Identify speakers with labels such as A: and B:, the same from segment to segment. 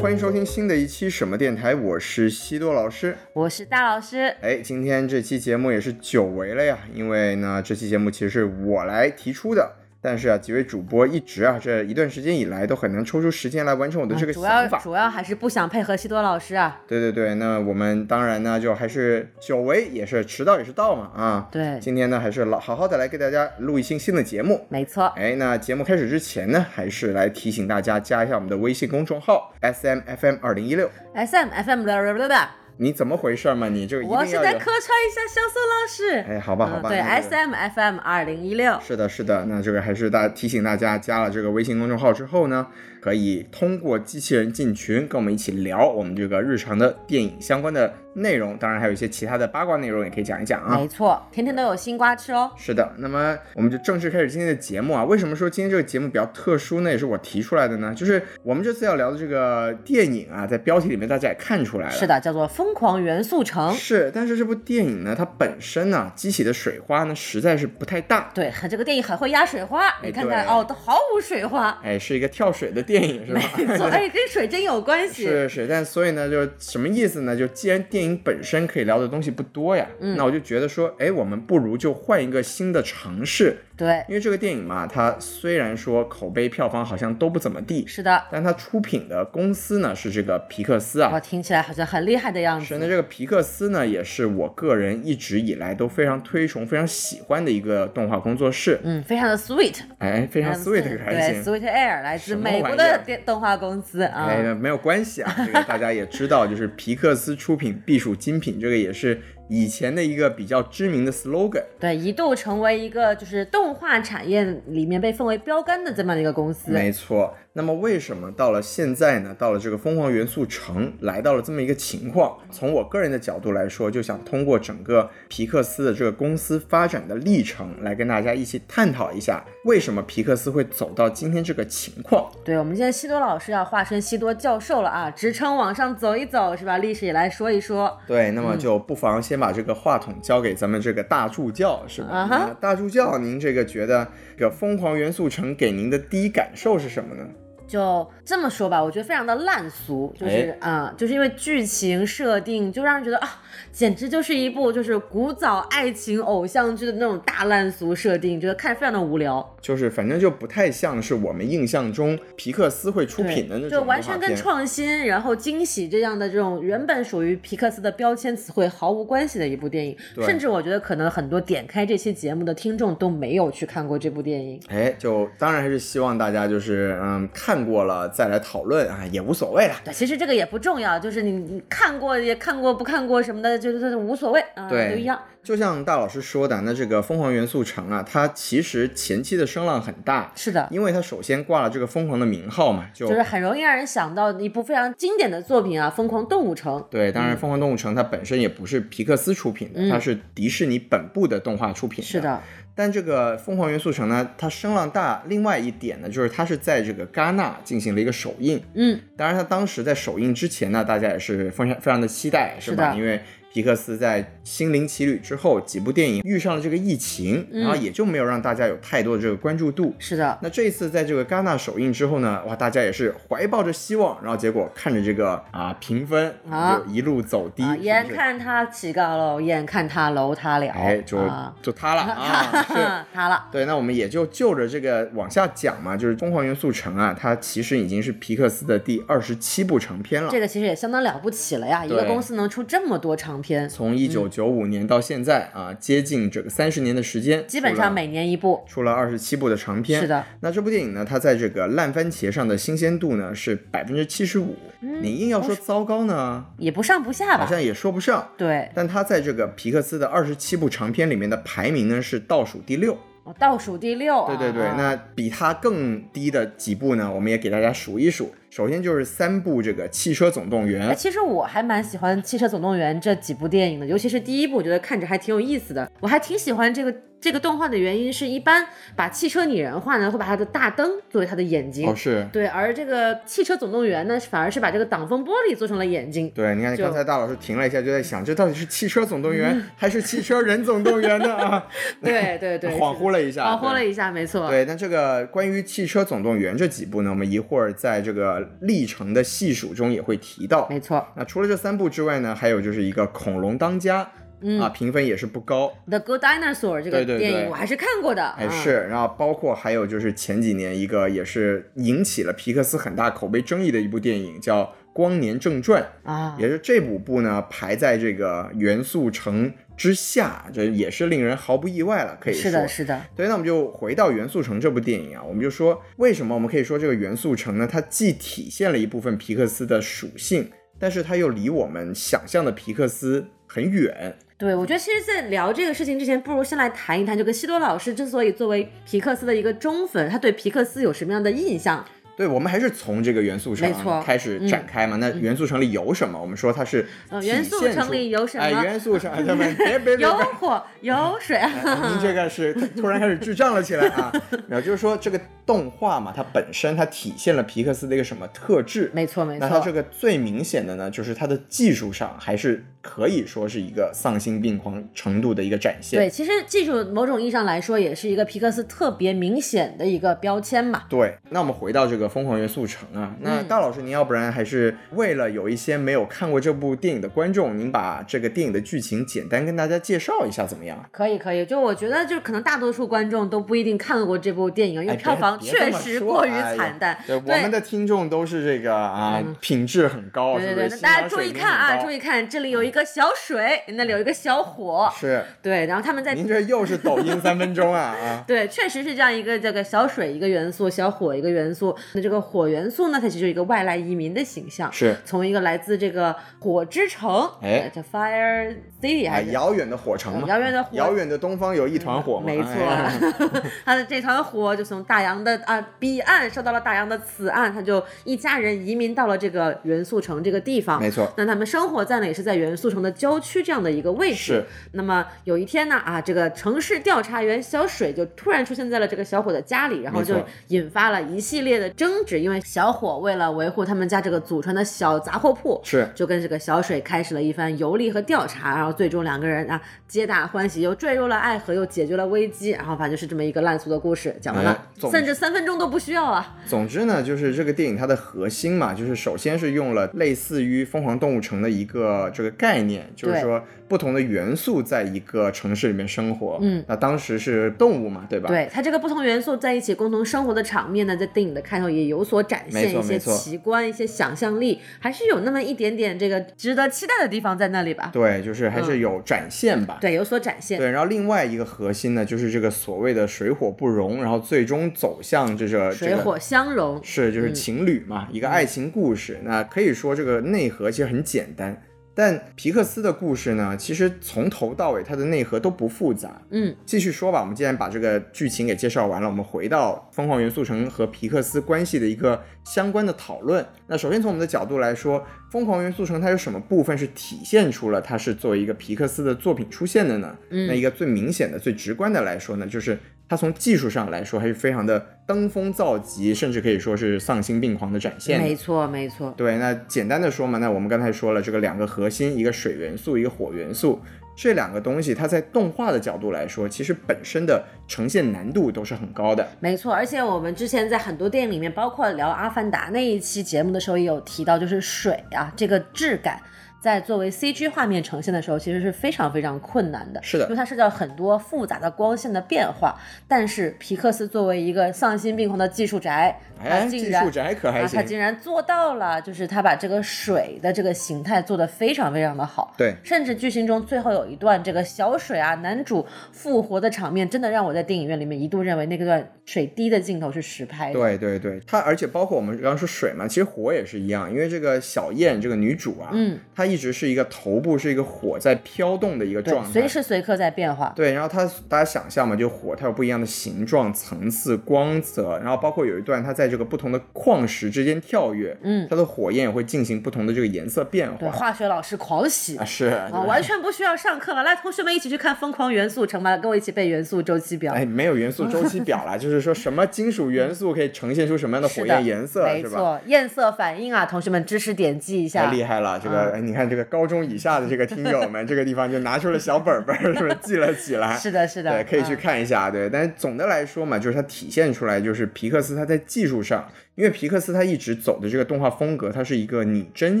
A: 欢迎收听新的一期什么电台，我是西多老师。
B: 我是大老师，
A: 哎，今天这期节目也是久违了呀，因为呢，这期节目其实是我来提出的，但是啊，几位主播一直啊，这一段时间以来都很难抽出时间来完成我的这个
B: 啊主要
A: 想法。
B: 主要还是不想配合西多老师啊。
A: 对对对，那我们当然呢，就还是久违，也是迟到也是到嘛啊。
B: 对，
A: 今天呢，还是老好好的来给大家录一期新的节目。
B: 没错，
A: 哎，那节目开始之前呢，还是来提醒大家加一下我们的微信公众号 S M F M 二零一六。
B: S M F M 的
A: 你怎么回事嘛？你这个一定
B: 我
A: 要
B: 是在
A: 有
B: 客串一下小苏老师。
A: 哎，好吧，好
B: 嗯，
A: 吧，
B: 对
A: 那这
B: ，S
A: 个
B: M F M 二零一六，
A: 是的，是的，那这个还是大提醒大家，加了这个微信公众号之后呢，可以通过机器人进群跟我们一起聊我们这个日常的电影相关的内容，当然还有一些其他的八卦内容也可以讲一讲啊。
B: 没错，天天都有新瓜吃哦。
A: 是的，那么我们就正式开始今天的节目啊。为什么说今天这个节目比较特殊呢？也是我提出来的呢，就是我们这次要聊的这个电影啊，在标题里面大家也看出来了，
B: 是的，叫做《疯狂元素城》。
A: 是，但是这部电影呢，它本身呢、激起的水花呢，实在是不太大。
B: 对，很这个电影很会压水花，你看看
A: 哎对
B: 哦，都毫无 水花，
A: 哎，是一个跳水的电影是吧？
B: 没错，哎，跟水真有关系。
A: 是是，但所以呢，就是什么意思呢？就既然电影本身可以聊的东西不多呀，那我就觉得说，哎，我们不如就换一个新的尝试，
B: 对，
A: 因为这个电影嘛，它虽然说口碑票房好像都不怎么地，
B: 是的，
A: 但它出品的公司呢是这个皮克斯啊
B: 我。听起来好像很厉害的样
A: 是，那
B: 子。
A: 这个皮克斯呢，也是我个人一直以来都非常推崇、非常喜欢的一个动画工作室，
B: 嗯，非常的 sweet，嗯
A: 哎，非常 sweet 的还行。
B: 对，sweet air 来自
A: 什么
B: 美
A: 玩
B: 国
A: 意儿
B: 的电动画公司啊。
A: 哎，没有关 系啊，这个大家也知道，就是皮克斯出品必属精品，这个也是以前的一个比较知名的 slogan。
B: 对，一度成为一个就是动画产业里面被奉为标杆的这么样的一个公司。
A: 没错，那么为什么到了现在呢？到了这个疯狂元素城，来到了这么一个情况。从我个人的角度来说，就想通过整个皮克斯的这个公司发展的历程，来跟大家一起探讨一下，为什么皮克斯会走到今天这个情况。
B: 对，我们现在西多老师要化身西多教授了啊，职称往上走一走是吧？历史也来说一说。
A: 对，那
B: 嗯
A: 么就不妨先把这个话筒交给咱们这个大助教，是吧？
B: 啊哈
A: 那大助教，您这个觉得这个疯狂元素城给您的第一感受是什么呢？
B: 就这么说吧，我觉得非常的烂俗，就是啊、就是因为剧情设定就让人觉得啊，简直就是一部就是古早爱情偶像剧的那种大烂俗设定，觉得看着非常的无聊。
A: 就是反正就不太像是我们印象中皮克斯会出
B: 对，
A: 品的那种
B: 就完
A: 动画
B: 全跟
A: 片
B: 创新，然后惊喜这样的这种原本属于皮克斯的标签词汇毫无关系的一部电影，
A: 对
B: 甚至我觉得可能很多点开这期节目的听众都没有去看过这部电影。
A: 哎，就当然还是希望大家就是嗯看过了再来讨论啊，也无所谓啦。
B: 对，其实这个也不重要，就是你你看过也看过，不看过什么的，就是无所谓啊，
A: 对
B: 都一样。
A: 就像大老师说的，那这个疯狂元素城啊，它其实前期的声浪很大，
B: 是的，
A: 因为它首先挂了这个疯狂的名号嘛，就
B: 就是很容易让人想到一部非常经典的作品啊，《疯狂动物城》。
A: 对，当然，《疯狂动物城》它本身也不是皮克斯出品的，
B: 嗯
A: 它是迪士尼本部的动画出品
B: 是的，
A: 但这个《疯狂元素城》呢，它声浪大。另外一点呢，就是它是在这个戛纳进行了一个首映。
B: 嗯，
A: 当然，它当时在首映之前呢，大家也是非常非常的期待，是吧？
B: 是的
A: 因为皮克斯在《心灵奇旅》之后几部电影遇上了这个疫情，
B: 嗯
A: 然后也就没有让大家有太多的这个关注度。
B: 是的，
A: 那这一次在这个戛纳首映之后呢，哇，大家也是怀抱着希望，然后结果看着这个啊评分
B: 啊
A: 就一路走低，
B: 啊，
A: 是不
B: 眼
A: 是
B: 看他起高楼，眼看他楼塌了，
A: 哎就、
B: 啊，嗯
A: 就塌了 啊，是。
B: 塌了。
A: 对，那我们也就就着这个往下讲嘛，就是《疯狂元素城》啊，它其实已经是皮克斯的第二十七部长片了
B: 这。个其实也相当了不起了呀，一个
A: 对
B: 公司能出这么多长篇，
A: 从一九九五年到现在啊，接近这个三十年的时间，
B: 基本上每年一部。
A: 出了二十七部的长片。
B: 是的，
A: 那这部电影呢，它在这个烂番茄上的新鲜度呢是百分之七十五，
B: 嗯
A: 你硬要说糟糕呢，
B: 也不上不下
A: 好
B: 吧？
A: 像也说不上。
B: 对，
A: 但它在这个皮克斯的二十七部长片里面的排名呢是倒数第六。
B: 哦倒数第六、啊。
A: 对对对，
B: 啊
A: 那比它更低的几部呢，我们也给大家数一数。首先就是三部这个《汽车总动员
B: 哎，》，其实我还蛮喜欢《汽车总动员》这几部电影的，尤其是第一部，我觉得看着还挺有意思的。我还挺喜欢这个这个动画的原因是，一般把汽车拟人化呢，会把它的大灯作为它的眼睛。
A: 哦是，
B: 对，而这个汽车总动员呢，反而是把这个挡风玻璃做成了 眼睛。
A: 对，你看
B: 就嗯
A: 刚才大老师停了一下，就在想，这到底是《汽车总动员》还是《汽车人总动员》呢？啊，
B: 对对 对，
A: 恍惚了一下，
B: 恍惚
A: 对
B: 了一下，没错。
A: 对，那这个关于《汽车总动员》这几部呢，我们一会儿在这个历程的细数中也会提到。
B: 没错，
A: 那除了这三部之外呢，还有就是一个《恐龙当家》
B: 嗯，
A: 啊，评分也是不高。
B: The Good Dinosaur》这个
A: 对对
B: 电
A: 对
B: 影我还是看过的，
A: 哎
B: 啊
A: 是，然后包括还有就是前几年一个也是引起了皮克斯很大口碑争议的一部电影，叫《光年正传》，
B: 啊，
A: 也是这五部呢排在这个元素城之下，这也是令人毫不意外了，可以说
B: 是的，是的，
A: 对，那我们就回到《元素城》这部电影啊，我们就说为什么我们可以说这个《元素城》呢？它既体现了一部分皮克斯的属性，但是它又离我们想象的皮克斯很远。
B: 对，我觉得其实，在聊这个事情之前，不如先来谈一谈，就跟西多老师之所以作为皮克斯的一个忠粉，他对皮克斯有什么样的印象？
A: 对，我们还是从这个元素城
B: 没错嗯
A: 开始展开嘛。那元素城里有什么？我们说它是
B: 呃
A: 体
B: 元素
A: 现
B: 城
A: 出
B: 里有什
A: 哎，
B: 么
A: 元素城，哎咱 们别别别，
B: 有
A: 别
B: 火有水，啊
A: 您这个是突然开始智障了起来啊！然后就是说这个动画嘛，它本身它体现了皮克斯的一个什么特质？
B: 没错没
A: 那它
B: 错，
A: 这个最明显的呢，就是它的技术上还是可以说是一个丧心病狂程度的一个展现。
B: 对，其实技术某种意义上来说，也是一个皮克斯特别明显的一个标签嘛。
A: 对那我们回到这个《疯狂元素城》啊，那
B: 嗯
A: 大老师，您要不然还是为了有一些没有看过这部电影的观众，您把这个电影的剧情简单跟大家介绍一下怎么样？
B: 可以可以，就我觉得，就可能大多数观众都不一定看过这部电影，因为
A: 哎
B: 票房
A: 别别这
B: 确
A: 么
B: 实
A: 说
B: 过于
A: 哎呀
B: 惨淡。
A: 对，我们的听众都是这个啊，品质很高，
B: 嗯对
A: 是
B: 对
A: 不是？
B: 对，那
A: 欣
B: 大家
A: 赏
B: 注
A: 水
B: 意
A: 平
B: 看
A: 很
B: 啊，
A: 高
B: 注意看，这里有一个小水，那里有一个小火，
A: 是，
B: 对，然后他们在
A: 您这又是抖音三分钟啊 啊！
B: 对，确实是这样一个这个小水一个元素，小火一个元素。那这个火元素呢，它其实就是一个外来移民的形象，
A: 是，
B: 从一个来自这个火之城，
A: 哎
B: 呃叫 Fire City
A: 哎，
B: 还是
A: 遥远的火城嘛，
B: 嗯遥远的火
A: 遥远的东方有一团火嘛，
B: 没
A: 哎呀
B: 错，他的这团火就从大洋的啊彼岸受到了大洋的此岸，他就一家人移民到了这个元素城这个地方。
A: 没错
B: 那他们生活在呢也是在元素城的郊区这样的一个位 置
A: 是。
B: 那么有一天呢啊，这个城市调查员小水就突然出现在了这个小伙的家里，然后
A: 没错
B: 就引发了一系列的争执，因为小伙为了维护他们家这个祖传的小杂货铺，
A: 是
B: 就跟这个小水开始了一番游历和调查，然后最终两个人啊皆大欢喜，又坠入了爱河，又解决了危机，然后反正就是这么一个烂俗的故事，讲完
A: 哎
B: 了，
A: 总
B: 甚至三分钟都不需要啊。
A: 总之呢，就是这个电影它的核心嘛，就是首先是用了类似于《疯狂动物城》的一个这个概念，就是说不同的元素在一个城市里面生活。
B: 嗯，
A: 那当时是动物嘛，对吧？。
B: 对它这个不同元素在一起共同生活的场面呢，在电影的开头也有所展
A: 没
B: 现，
A: 错
B: 一些
A: 没错
B: 奇观、一些想象力，还是有那么一点点这个值得期待的地方在那里吧。
A: 对，就是还是有展现吧。
B: 嗯对，有所展现。
A: 对，然后另外一个核心呢，就是这个所谓的水火不容，然后最终走向这个
B: 水
A: 这个
B: 火相融，
A: 是，就是情侣嘛，一个爱情故事。那可以说这个内核其实很简单，但皮克斯的故事呢，其实从头到尾它的内核都不复杂。
B: 嗯，
A: 继续说吧，我们既然把这个剧情给介绍完了，我们回到《疯狂元素城》和皮克斯关系的一个相关的讨论。那首先从我们的角度来说，《疯狂元素城》它有什么部分是体现出了它是作为一个皮克斯的作品出现的呢？
B: 嗯
A: 那一个最明显的、最直观的来说呢，就是它从技术上来说还是非常的登峰造极，甚至可以说是丧心病狂的展现的。
B: 没错，没错。
A: 对，那简单的说嘛，那我们刚才说了，这个两个核心，一个水元素，一个火元素，这两个东西，它在动画的角度来说，其实本身的呈现难度都是很高的。
B: 没错，而且我们之前在很多电影里面，包括聊《阿凡达》那一期节目的时候，也有提到，就是水啊这个质感，在作为 CG 画面呈现的时候，其实是非常非常困难的。
A: 是
B: 因
A: 的
B: 为，它涉及到很多复杂的光线的变化，但是皮克斯作为一个丧心病狂的技术宅，他
A: 哎，
B: 竟
A: 技
B: 然
A: 术宅可还
B: 啊，他
A: 行。
B: 竟然做到了，就是他把这个水的这个形态做得非常非常的好。
A: 对，
B: 甚至剧情中最后有一段这个小水啊，男主复活的场面，真的让我在电影院里面一度认为那个段水滴的镜头是实拍的。，
A: 对对对，它而且包括我们刚刚说水嘛，其实火也是一样，因为这个小燕这个女主啊，
B: 嗯，
A: 她一直是一个头部是一个火在飘动的一个
B: 对
A: 状，态，
B: 随时随刻在变化。
A: 对，然后它大家想象嘛，就火它有不一样的形状、层次、光泽，然后包括有一段它在这个不同的矿石之间跳跃，
B: 嗯
A: 它的火焰也会进行不同的这个颜色变
B: 对，
A: 化。
B: 化学老师狂喜
A: 啊，。是啊
B: 啊，完全不需要上课了，来，同学们一起去看《疯狂元素城》吧，跟我一起背元素周期表。
A: 哎，没有元素周期表 啦，就是说什么金属元素可以呈现出什么样的火
B: 是的
A: 焰颜色，
B: 没
A: 是吧？
B: 错，焰色反应啊，同学们支持点击一下嗯
A: 太。厉害了，这个、哎，你看看这个高中以下的这个听友们，这个地方就拿出了小本本，是不是记了起来？
B: 是的，是的，
A: 对，可以去
B: 嗯
A: 看一下。对，但是总的来说嘛，就是它体现出来，就是皮克斯它在技术上，因为皮克斯它一直走的这个动画风格，它是一个拟真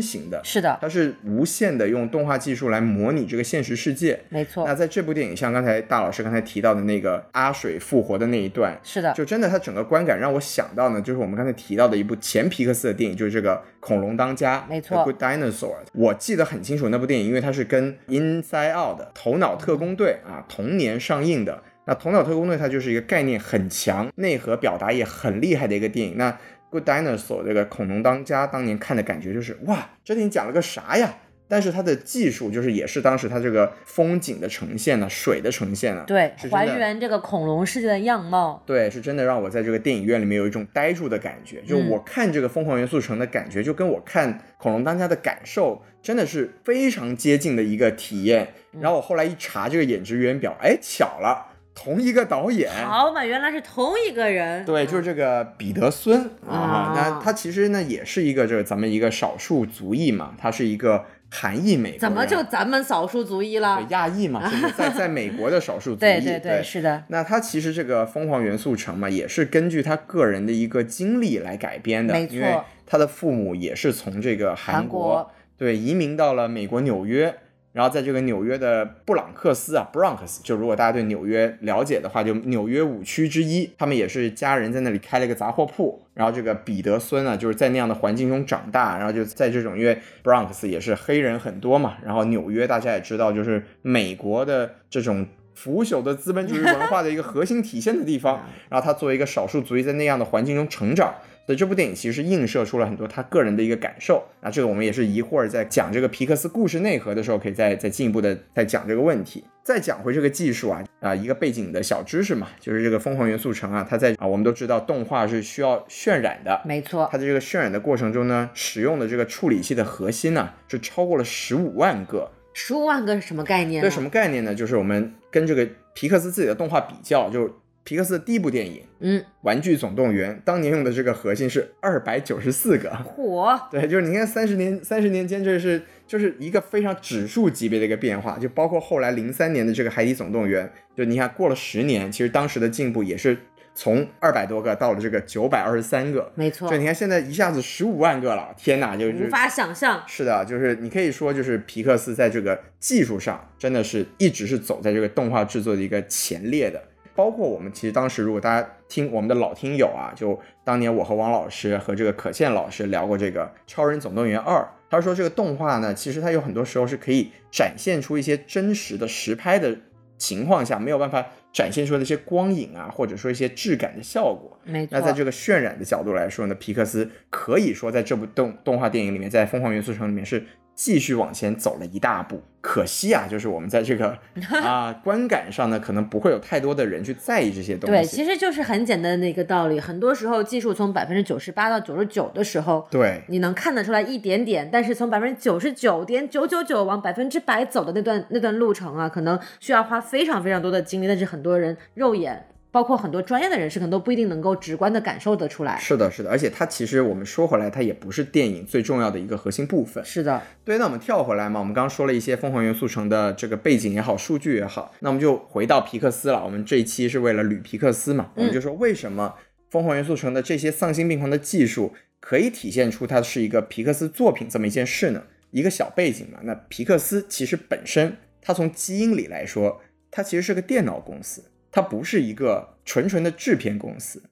A: 型的，
B: 是的，
A: 它是无限的用动画技术来模拟这个现实世界。
B: 没错
A: 那，在这部电影，像刚才大老师刚才提到的那个阿水复活的那一段，
B: 是的，
A: 就真的它整个观感让我想到呢，就是我们刚才提到的一部前皮克斯的电影，就是这个《恐龙当家》，
B: 没错
A: Good Dinosaur》。我记得很清楚那部电影，因为它是跟《Inside Out》的《头脑特工队》啊同年上映的。那《头脑特工队》它就是一个概念很强、内核表达也很厉害的一个电影。那《Good Dinosaur》这个《恐龙当家》当年看的感觉就是，哇，这电影讲了个啥呀？但是它的技术就是也是当时它这个风景的呈现呢、水的呈现呢、啊
B: 对
A: 是真，的
B: 还原这个恐龙世界的样貌，
A: 对，是真的让我在这个电影院里面有一种呆住的感觉。就
B: 嗯
A: 我看这个《疯狂元素城》的感觉，就跟我看《恐龙当家》的感受，真的是非常接近的一个体验。
B: 嗯
A: 然后我后来一查这个演职员表，哎，巧了，同一个导演。
B: 好嘛，原来是同一个人，
A: 哎对，就是这个彼得孙啊
B: 啊，
A: 那他其实呢也是一个这个咱们一个少数族裔嘛，他是一个韩裔美国人，
B: 怎么就咱们少数族裔
A: 对
B: 了？
A: 亚裔嘛，就是在在美国的少数族裔，
B: 对对对，是的，
A: 那他其实这个《疯狂元素城》嘛，也是根据他个人的一个经历来改编的，
B: 没错
A: 因为他的父母也是从这个韩
B: 韩国
A: 对移民到了美国纽约，然后在这个纽约的布朗克斯啊 （Bronx），就如果大家对纽约了解的话，就纽约五区之一，他们也是家人在那里开了一个杂货铺。然后这个彼得孙呢，就是在那样的环境中长大，然后就在这种因为 Bronx 也是黑人很多嘛，然后纽约大家也知道，就是美国的这种。腐朽的资本主义文化的一个核心体现的地方，然后他作为一个少数族裔，在那样的环境中成长，所以这部电影其实映射出了很多他个人的一个感受。那这个我们也是一会儿在讲这个皮克斯故事内核的时候，可以再再进一步的再讲这个问题。再讲回这个技术啊啊、一个背景的小知识嘛，就是这个《疯狂元素城》啊，它在啊、我们都知道动画是需要渲染的，
B: 没错，
A: 它在这个渲染的过程中呢，使用的这个处理器的核心呢、是超过了十五万个，
B: 十五万个是什么概念呢？
A: 这什么概念呢？就是我们跟这个皮克斯自己的动画比较，就是皮克斯的第一部电影《
B: 嗯，
A: 玩具总动员》当年用的这个核心是二百九十四个。
B: 火，
A: 对，就是你看三十年三十年间，这是就是一个非常指数级别的一个变化，就包括后来零三年的这个《海底总动员》，就你看过了十年，其实当时的进步也是从二百多个到了这个九百二十三个，
B: 没错
A: 就，你看现在一下子十五万个了，天哪，就是
B: 无法想象，
A: 是的，就是你可以说，就是皮克斯在这个技术上真的是一直是走在这个动画制作的一个前列的。包括我们其实当时，如果大家听我们的老听友啊，就当年我和王老师和这个可倩老师聊过这个《超人总动员二》，他说这个动画呢，其实它有很多时候是可以展现出一些真实的实拍的情况下没有办法展现出的一些光影啊，或者说一些质感的效果。
B: 没
A: 那
B: 错，
A: 在这个渲染的角度来说呢，皮克斯可以说在这部动动画电影里面，在《疯狂元素城》里面是继续往前走了一大步。可惜啊，就是我们在这 个啊观感上呢，可能不会有太多的人去在意这些东西。
B: 对，其实就是很简单的一个道理。很多时候，技术从百分之九十八到九十九的时候，
A: 对
B: 你能看得出来一点点，但是从百分之九十九点九九九往百分之百走的那段那段路程啊，可能需要花非常非常多的精力，但是很多人肉眼，包括很多专业的人士，可能都不一定能够直观的感受得出来。
A: 是的，是的，而且它其实我们说回来，它也不是电影最重要的一个核心部分。
B: 是的，
A: 对，那我们跳回来嘛，我们刚刚说了一些《疯狂元素城》的这个背景也好，数据也好，那我们就回到皮克斯了。我们这一期是为了捋皮克斯嘛，我们就说为什么《疯狂元素城》的这些丧心病狂的技术可以体现出它是一个皮克斯作品这么一件事呢？一个小背景嘛，那皮克斯其实本身它从基因里来说，它其实是个电脑公司，它不是一个纯纯的制片公司。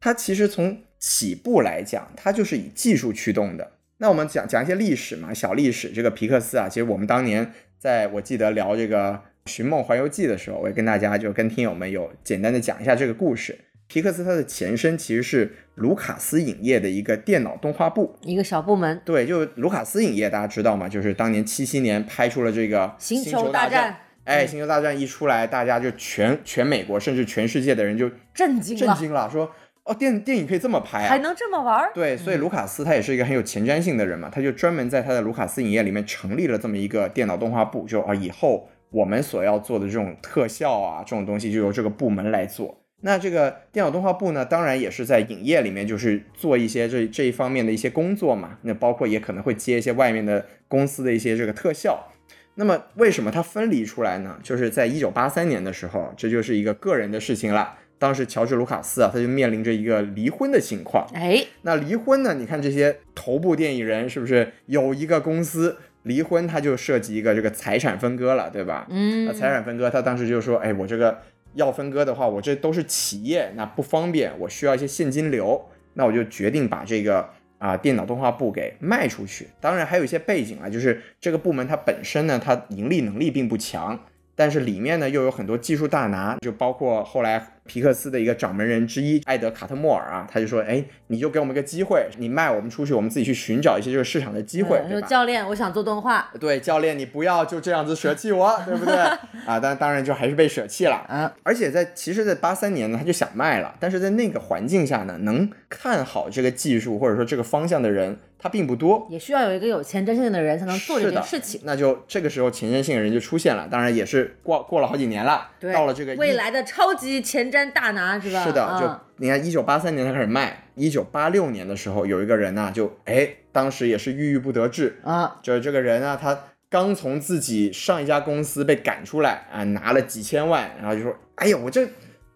A: 它其实从起步来讲，它就是以技术驱动的。那我们讲讲一些历史嘛，小历史。这个皮克斯啊，其实我们当年在我记得聊这个《寻梦环游记》的时候，我也跟大家就跟听友们有简单的讲一下这个故事。皮克斯它的前身其实是卢卡斯影业的一个电脑动画部，
B: 一个小部门，
A: 对，就卢卡斯影业大家知道嘛，就是当年七七年拍出了这个《
B: 星球
A: 球
B: 大
A: 大
B: 战嗯
A: 哎，《星球大战》一出来，大家就全全美国甚至全世界的人就
B: 震惊
A: 震
B: 了，
A: 惊了，说哦，电电影可以这么拍
B: 还
A: 啊！
B: 能这么玩儿？
A: 对，所以卢卡斯他也是一个很有前瞻性的人嘛，他就专门在他的卢卡斯影业里面成立了这么一个电脑动画部，就啊以后我们所要做的这种特效啊这种东西就由这个部门来做。那这个电脑动画部呢，当然也是在影业里面，就是做一些这这一方面的一些工作嘛。那包括也可能会接一些外面的公司的一些这个特效。那么为什么它分离出来呢？就是在一九八三年的时候，这就是一个个人的事情了。当时乔治·卢卡斯啊，他就面临着一个离婚的情况。
B: 哎，
A: 那离婚呢？你看这些头部电影人是不是有一个公司离婚，它就涉及一个这个财产分割了，对吧？
B: 嗯
A: 那，财产分割，他当时就说，哎，我这个要分割的话，我这都是企业，那不方便，我需要一些现金流，那我就决定把这个啊、电脑动画部给卖出去。当然还有一些背景啊，就是这个部门它本身呢，它盈利能力并不强。但是里面呢又有很多技术大拿，就包括后来皮克斯的一个掌门人之一艾德卡特莫尔啊，他就说，哎，你就给我们一个机会，你卖我们出去，我们自己去寻找一些这个市场的机会，对
B: 说
A: 吧？
B: 嗯教练，我想做动画。
A: 对，教练，你不要就这样子舍弃我，对 不对？啊，但当然就还是被舍弃了。
B: 啊，
A: 而且在其实，在八三年呢，他就想卖了，但是在那个环境下呢，能看好这个技术或者说这个方向的人，他并不多。
B: 也需要有一个有前瞻性的人才能做这
A: 是
B: 件
A: 的
B: 事情。
A: 那就这个时候，前瞻性的人就出现了，当然也是过过了好几年了，
B: 对，
A: 到了这个
B: 未
A: 一
B: 来的超级前瞻大拿是吧？
A: 是的，就
B: 啊、
A: 你看，一九八三年他开始卖，一九八六年的时候，有一个人呢、就哎，当时也是郁郁不得志，
B: 啊，
A: 就是这个人啊，他刚从自己上一家公司被赶出来啊，拿了几千万，然后就说：“哎呀，我这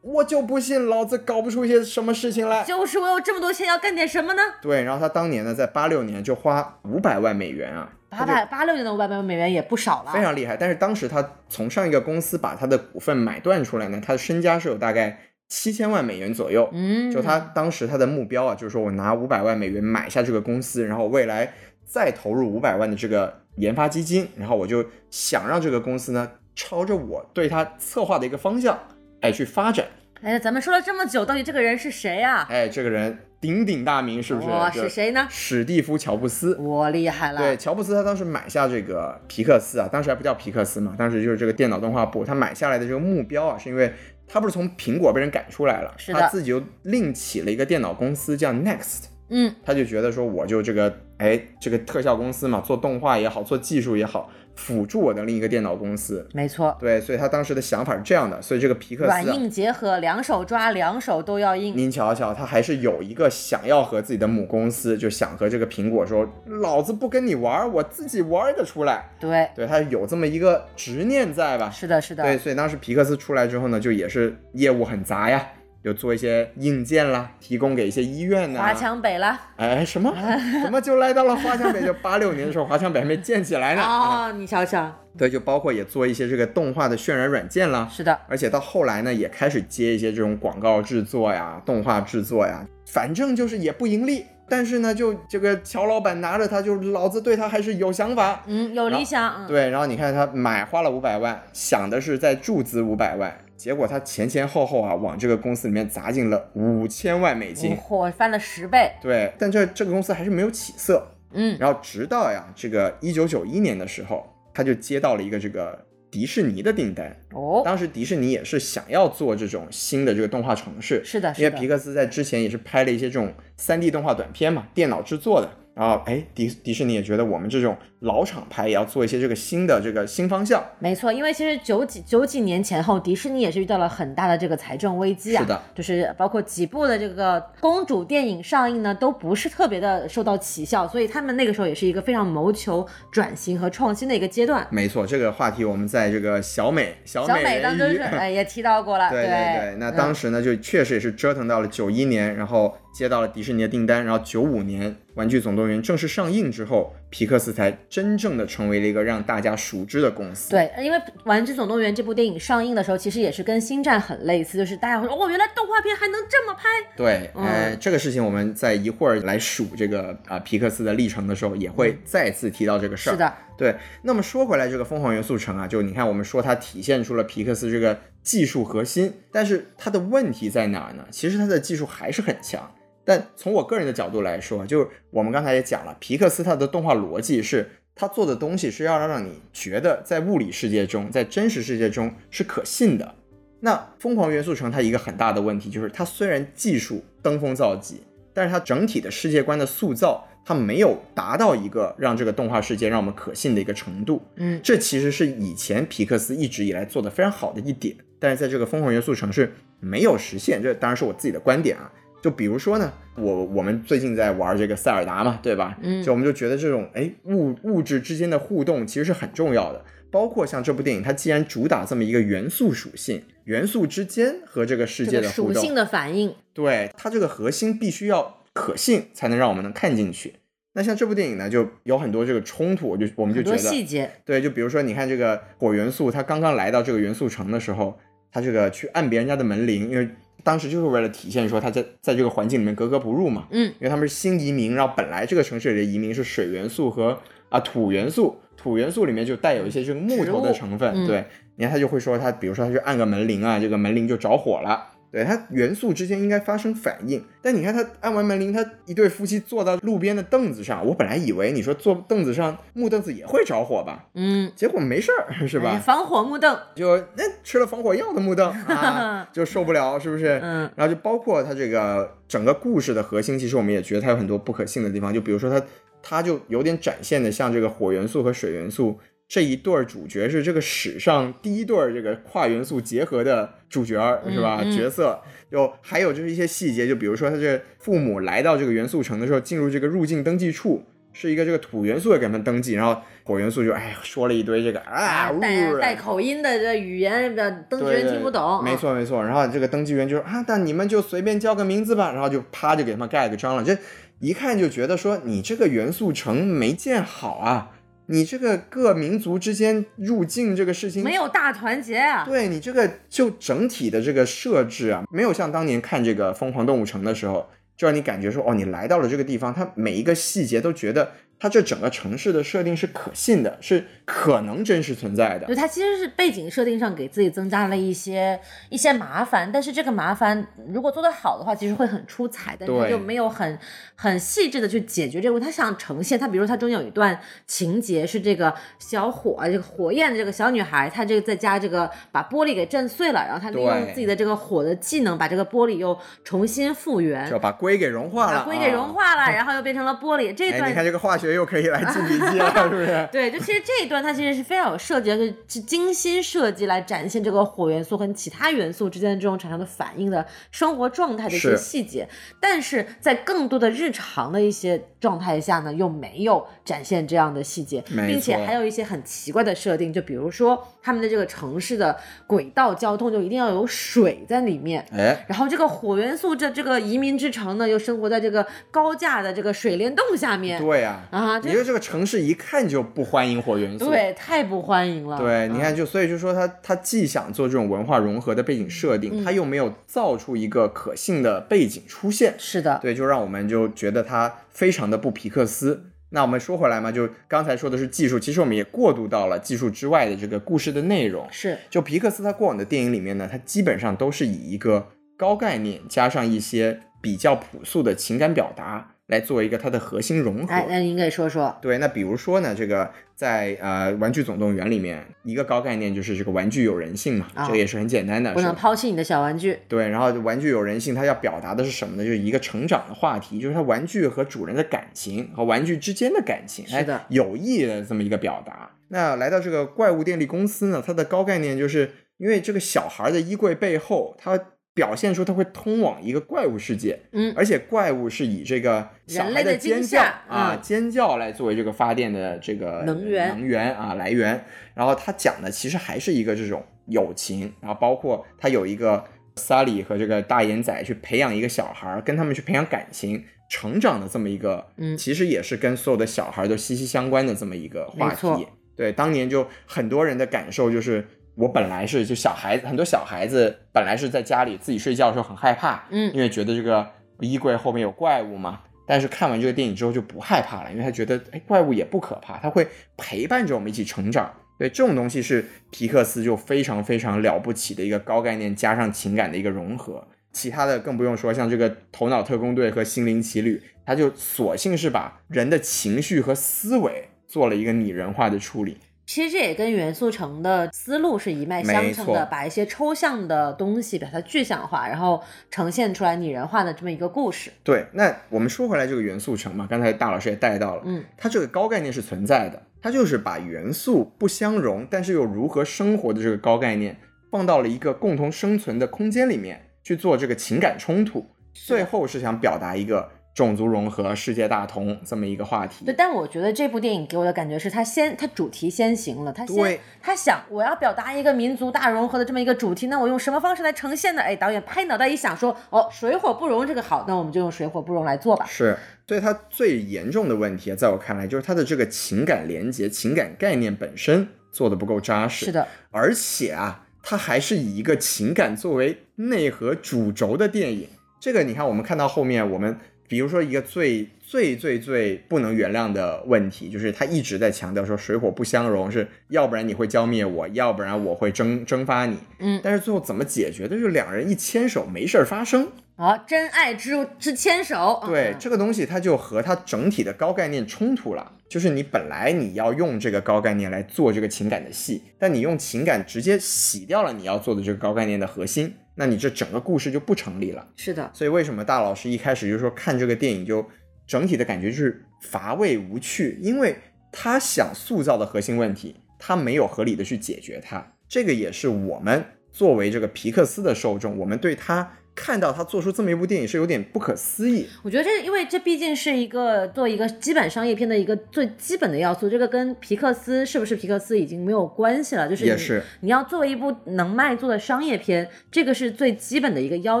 A: 我就不信老子搞不出一些什么事情来。
B: 就是我有这么多钱要干点什么呢？”
A: 对，然后他当年呢，在八六年就花五百万美元啊，
B: 八百八六年的五百万美元也不少了，
A: 非常厉害。但是当时他从上一个公司把他的股份买断出来呢，他的身家是有大概七千万美元左右。
B: 嗯，
A: 就他当时他的目标啊，就是说我拿五百万美元买下这个公司，然后未来再投入五百万的这个研发基金，然后我就想让这个公司呢朝着我对它策划的一个方向，哎去发展。
B: 哎，咱们说了这么久，到底这个人是谁啊？
A: 哎，这个人鼎鼎大名，是不是？
B: 哇，
A: 就是
B: 谁呢？嗯
A: 史蒂夫·乔布斯。
B: 我厉害了，
A: 对，乔布斯他当时买下这个皮克斯啊，当时还不叫皮克斯嘛，当时就是这个电脑动画部，他买下来的这个目标啊，是因为他不是从苹果被人赶出来了，
B: 是的
A: 他自己又另起了一个电脑公司叫 Next，
B: 嗯，
A: 他就觉得说，我就这个，哎，这个特效公司嘛，做动画也好，做技术也好，辅助我的另一个电脑公司。
B: 没错，
A: 对，所以他当时的想法是这样的，所以这个皮克
B: 软
A: 斯、啊，
B: 硬结合，两手抓，两手都要硬。
A: 您瞧瞧，他还是有一个想要和自己的母公司，就想和这个苹果说，老子不跟你玩儿，我自己玩得出来。
B: 对，
A: 对他有这么一个执念在吧？
B: 是的，是的，
A: 对，所以当时皮克斯出来之后呢，就也是业务很杂呀，就做一些硬件啦，提供给一些医院呐、啊
B: 华强北了。
A: 哎，什么
B: 啊
A: 怎么就来到了华强北？就八六年的时候，华强北还没建起来呢。啊
B: 哦，你瞧瞧，
A: 对，就包括也做一些这个动画的渲染软件啦，
B: 是的，
A: 而且到后来呢，也开始接一些这种广告制作呀、动画制作呀，反正就是也不盈利。但是呢，就这个乔老板拿着它，就老子对他还是有想法。
B: 嗯，有理想，嗯，
A: 啊对，然后你看他买花了五百万，想的是再注资五百万，结果他前前后后啊，往这个公司里面砸进了五千万美金。
B: 嚯、翻了十倍，
A: 对，但这这个公司还是没有起色。
B: 嗯，
A: 然后直到呀，这个一九九一年的时候，他就接到了一个这个迪士尼的订单。
B: 哦，
A: 当时迪士尼也是想要做这种新的这个动画城市，
B: 是的，
A: 因为
B: 是
A: 皮
B: 的，
A: 克斯在之前也是拍了一些这种三 D 动画短片嘛，电脑制作的。然后，哎，迪迪士尼也觉得我们这种老厂牌也要做一些这个新的这个新方向。
B: 没错，因为其实九几九几年前后，迪士尼也是遇到了很大的这个财政危机啊，
A: 是的，
B: 就是包括几部的这个公主电影上映呢，都不是特别的受到奇效，所以他们那个时候也是一个非常谋求转型和创新的一个阶段。
A: 没错，这个话题我们在这个小美小
B: 小
A: 美
B: 美
A: 人
B: 当
A: 鱼
B: 中是哎也提到过了，
A: 对
B: 对
A: 对，那当
B: 嗯
A: 时呢，就确实也是折腾到了九一年，然后接到了迪士尼的订单，然后九五年《玩具总动员》正式上映之后，皮克斯才真正的成为了一个让大家熟知的公司。
B: 对，因为《玩具总动员》这部电影上映的时候，其实也是跟《星战》很类似，就是大家会说，哦，原来动画片还能这么拍，
A: 对，
B: 嗯
A: 呃，这个事情我们在一会儿来数这个啊、皮克斯的历程的时候，也会再次提到这个事儿。
B: 嗯是的，
A: 对。那么说回来，这个《疯狂元素城》啊，就你看我们说它体现出了皮克斯这个技术核心，但是它的问题在哪儿呢？其实它的技术还是很强，但从我个人的角度来说，就是我们刚才也讲了，皮克斯它的动画逻辑是。它做的东西是要让你觉得在物理世界中，在真实世界中是可信的，那《疯狂元素城》它一个很大的问题就是，它虽然技术登峰造极，但是它整体的世界观的塑造它没有达到一个让这个动画世界让我们可信的一个程度。
B: 嗯，
A: 这其实是以前皮克斯一直以来做的非常好的一点，但是在这个《疯狂元素城市》没有实现。这当然是我自己的观点啊。就比如说呢，我我们最近在玩这个塞尔达嘛，对吧？
B: 嗯
A: 就我们就觉得这种哎物物质之间的互动其实是很重要的。包括像这部电影，它既然主打这么一个元素属性，元素之间和这个世
B: 这
A: 界
B: 个
A: 的互
B: 属
A: 动，
B: 性的反应，
A: 对它这个核心必须要可信，才能让我们能看进去。那像这部电影呢，就有很多这个冲突，我就我们就
B: 很
A: 觉
B: 多
A: 得
B: 细节，
A: 对，就比如说，你看这个火元素，他刚刚来到这个元素城的时候，他这个去按别人家的门铃，因为当时就是为了体现说他在在这个环境里面格格不入嘛。
B: 嗯，
A: 因为他们是新移民，然后本来这个城市里的移民是水元素和啊土元素，土元素里面就带有一些这个木头的
B: 植物
A: 成分。
B: 嗯
A: 对，你看他就会说他，比如说他去按个门铃啊，这个门铃就着火了。对它元素之间应该发生反应，但你看他按完门铃，他一对夫妻坐到路边的凳子上，我本来以为你说坐凳子上木凳子也会着火吧，
B: 嗯，
A: 结果没事儿，是
B: 哎
A: 吧？
B: 防火木凳，
A: 就那、吃了防火药的木凳 啊，就受不了，是不是？
B: 嗯
A: 然后就包括它这个整个故事的核心，其实我们也觉得它有很多不可信的地方。就比如说它，它就有点展现的像这个火元素和水元素这一对儿主角是这个史上第一对儿这个跨元素结合的主角儿，是吧？
B: 嗯嗯
A: 角色就还有就是一些细节，就比如说他这父母来到这个元素城的时候，进入这个入境登记处。是一个这个土元素给他们登记，然后火元素就哎说了一堆这个啊，呜
B: 带带
A: 然后
B: 口音的这语言，这登记
A: 对
B: 人听不懂，啊
A: 没，错没错。然后这个登记员就说啊，那你们就随便叫个名字吧，然后就啪就给他们盖个章了。这一看就觉得说你这个元素城没建好啊，你这个各民族之间入境这个事情
B: 没有大团结啊，
A: 对你这个就整体的这个设置啊，没有像当年看这个《疯狂动物城》的时候，就让你感觉说哦，你来到了这个地方，它每一个细节都觉得它这整个城市的设定是可信的，是可能真实存在的
B: 就。它其实是背景设定上给自己增加了一些一些麻烦，但是这个麻烦如果做得好的话，其实会很出彩，但是它
A: 对
B: 就没有很很细致的去解决这个问题。它想呈现，它比如它中间有一段情节是这个小火这个火焰的这个小女孩，她这个在家这个把玻璃给震碎了，然后她利用
A: 对
B: 自己的这个火的技能把这个玻璃又重新复原
A: 就，把硅给融化了，
B: 把
A: 啊
B: 灰给融。化了，然后又变成了玻璃。这
A: 哎，
B: 段
A: 你看这个化学又可以来记笔记 了，是不是？
B: 对，就其实这一段它其实是非常有设计的，就是精心设计来展现这个火元素跟其他元素之间的这种产生的反应的生活状态的一
A: 是
B: 些细节，但是在更多的日常的一些状态下呢，又没有展现这样的细节，
A: 没
B: 并且
A: 错
B: 还有一些很奇怪的设定，就比如说他们的这个城市的轨道交通就一定要有水在里面，
A: 哎，
B: 然后这个火元素这这个移民之城呢，又生活在这个高架的这个水帘洞下面
A: 对呀、
B: 啊，
A: 你
B: 这
A: 说这个城市一看就不欢迎火元素。
B: 对太不欢迎了。
A: 对，你
B: 啊
A: 看，就所以就说他他既想做这种文化融合的背景设定，
B: 嗯
A: 他又没有造出一个可信的背景出现，
B: 是的，
A: 对，就让我们就觉得他非常的不皮克斯。那我们说回来嘛，就刚才说的是技术，其实我们也过渡到了技术之外的这个故事的内容。
B: 是
A: 就皮克斯他过往的电影里面呢，他基本上都是以一个高概念加上一些比较朴素的情感表达来作为一个它的核心融合。
B: 哎，那您给说说，
A: 对，那比如说呢，这个在呃《玩具总动员》里面，一个高概念就是这个玩具有人性嘛，
B: 啊
A: 这个也是很简单的，
B: 不
A: 是
B: 能
A: 吧？
B: 抛弃你的小玩具。
A: 对，然后玩具有人性，它要表达的是什么呢？就是一个成长的话题，就是它玩具和主人的感情和玩具之间的感情，
B: 是的
A: 哎有意的这么一个表达。那来到这个怪物电力公司呢，它的高概念就是因为这个小孩的衣柜背后，它表现出它会通往一个怪物世界，
B: 嗯，
A: 而且怪物是以这个小
B: 人
A: 孩
B: 类的
A: 尖
B: 惊
A: 叫
B: 吓
A: 啊、
B: 嗯
A: 尖叫来作为这个发电的这个
B: 能源
A: 能源啊来源。然后他讲的其实还是一个这种友情，然后包括他有一个萨里和这个大眼仔去培养一个小孩儿，跟他们去培养感情、成长的这么一个，
B: 嗯
A: 其实也是跟所有的小孩儿都息息相关的这么一个话
B: 没错
A: 题。对，当年就很多人的感受就是。我本来是就小孩子，很多小孩子本来是在家里自己睡觉的时候很害怕，
B: 嗯
A: 因为觉得这个衣柜后面有怪物嘛。但是看完这个电影之后就不害怕了，因为他觉得哎，怪物也不可怕，他会陪伴着我们一起成长。对，这种东西是皮克斯就非常非常了不起的一个高概念加上情感的一个融合。其他的更不用说，像这个《头脑特工队》和《心灵奇旅》，他就索性是把人的情绪和思维做了一个拟人化的处理。
B: 其实这也跟元素城的思路是一脉相承
A: 没
B: 的，
A: 错
B: 把一些抽象的东西把它具象化，然后呈现出来拟人化的这么一个故事。
A: 对，那我们说回来这个元素城嘛，刚才大老师也带到了，
B: 嗯，
A: 它这个高概念是存在的，它就是把元素不相容，但是又如何生活的这个高概念，放到了一个共同生存的空间里面去做这个情感冲突，最后是想表达一个种族融合、世界大同这么一个话题
B: 对，。但我觉得这部电影给我的感觉是，它先它主题先行了，它先
A: 对
B: 它想我要表达一个民族大融合的这么一个主题，那我用什么方式来呈现呢？哎，导演拍脑袋一想说，哦，水火不容这个好，那我们就用水火不容来做吧。
A: 是，所以它最严重的问题，在我看来，就是它的这个情感连接、情感概念本身做的不够扎实。
B: 是的，
A: 而且啊，它还是以一个情感作为内核主轴的电影。这个你看，我们看到后面，我们比如说一个最最最最不能原谅的问题，就是他一直在强调说水火不相容，是要不然你会浇灭我，要不然我会蒸蒸发你。
B: 嗯
A: 但是最后怎么解决的？就是两人一牵手，没事儿发生。
B: 好，真爱之之牵手，
A: 对
B: 嗯
A: 这个东西，它就和它整体的高概念冲突了。就是你本来你要用这个高概念来做这个情感的戏，但你用情感直接洗掉了你要做的这个高概念的核心，那你这整个故事就不成立了。
B: 是的，
A: 所以为什么大老师一开始就说看这个电影就整体的感觉就是乏味无趣，因为他想塑造的核心问题，他没有合理的去解决它。这个也是我们作为这个皮克斯的受众，我们对他看到他做出这么一部电影是有点不可思议。
B: 我觉得这，因为这毕竟是一个做一个基本商业片的一个最基本的要素，这个跟皮克斯是不是皮克斯已经没有关系了，就是你
A: 也是
B: 你要作为一部能卖座的商业片，这个是最基本的一个要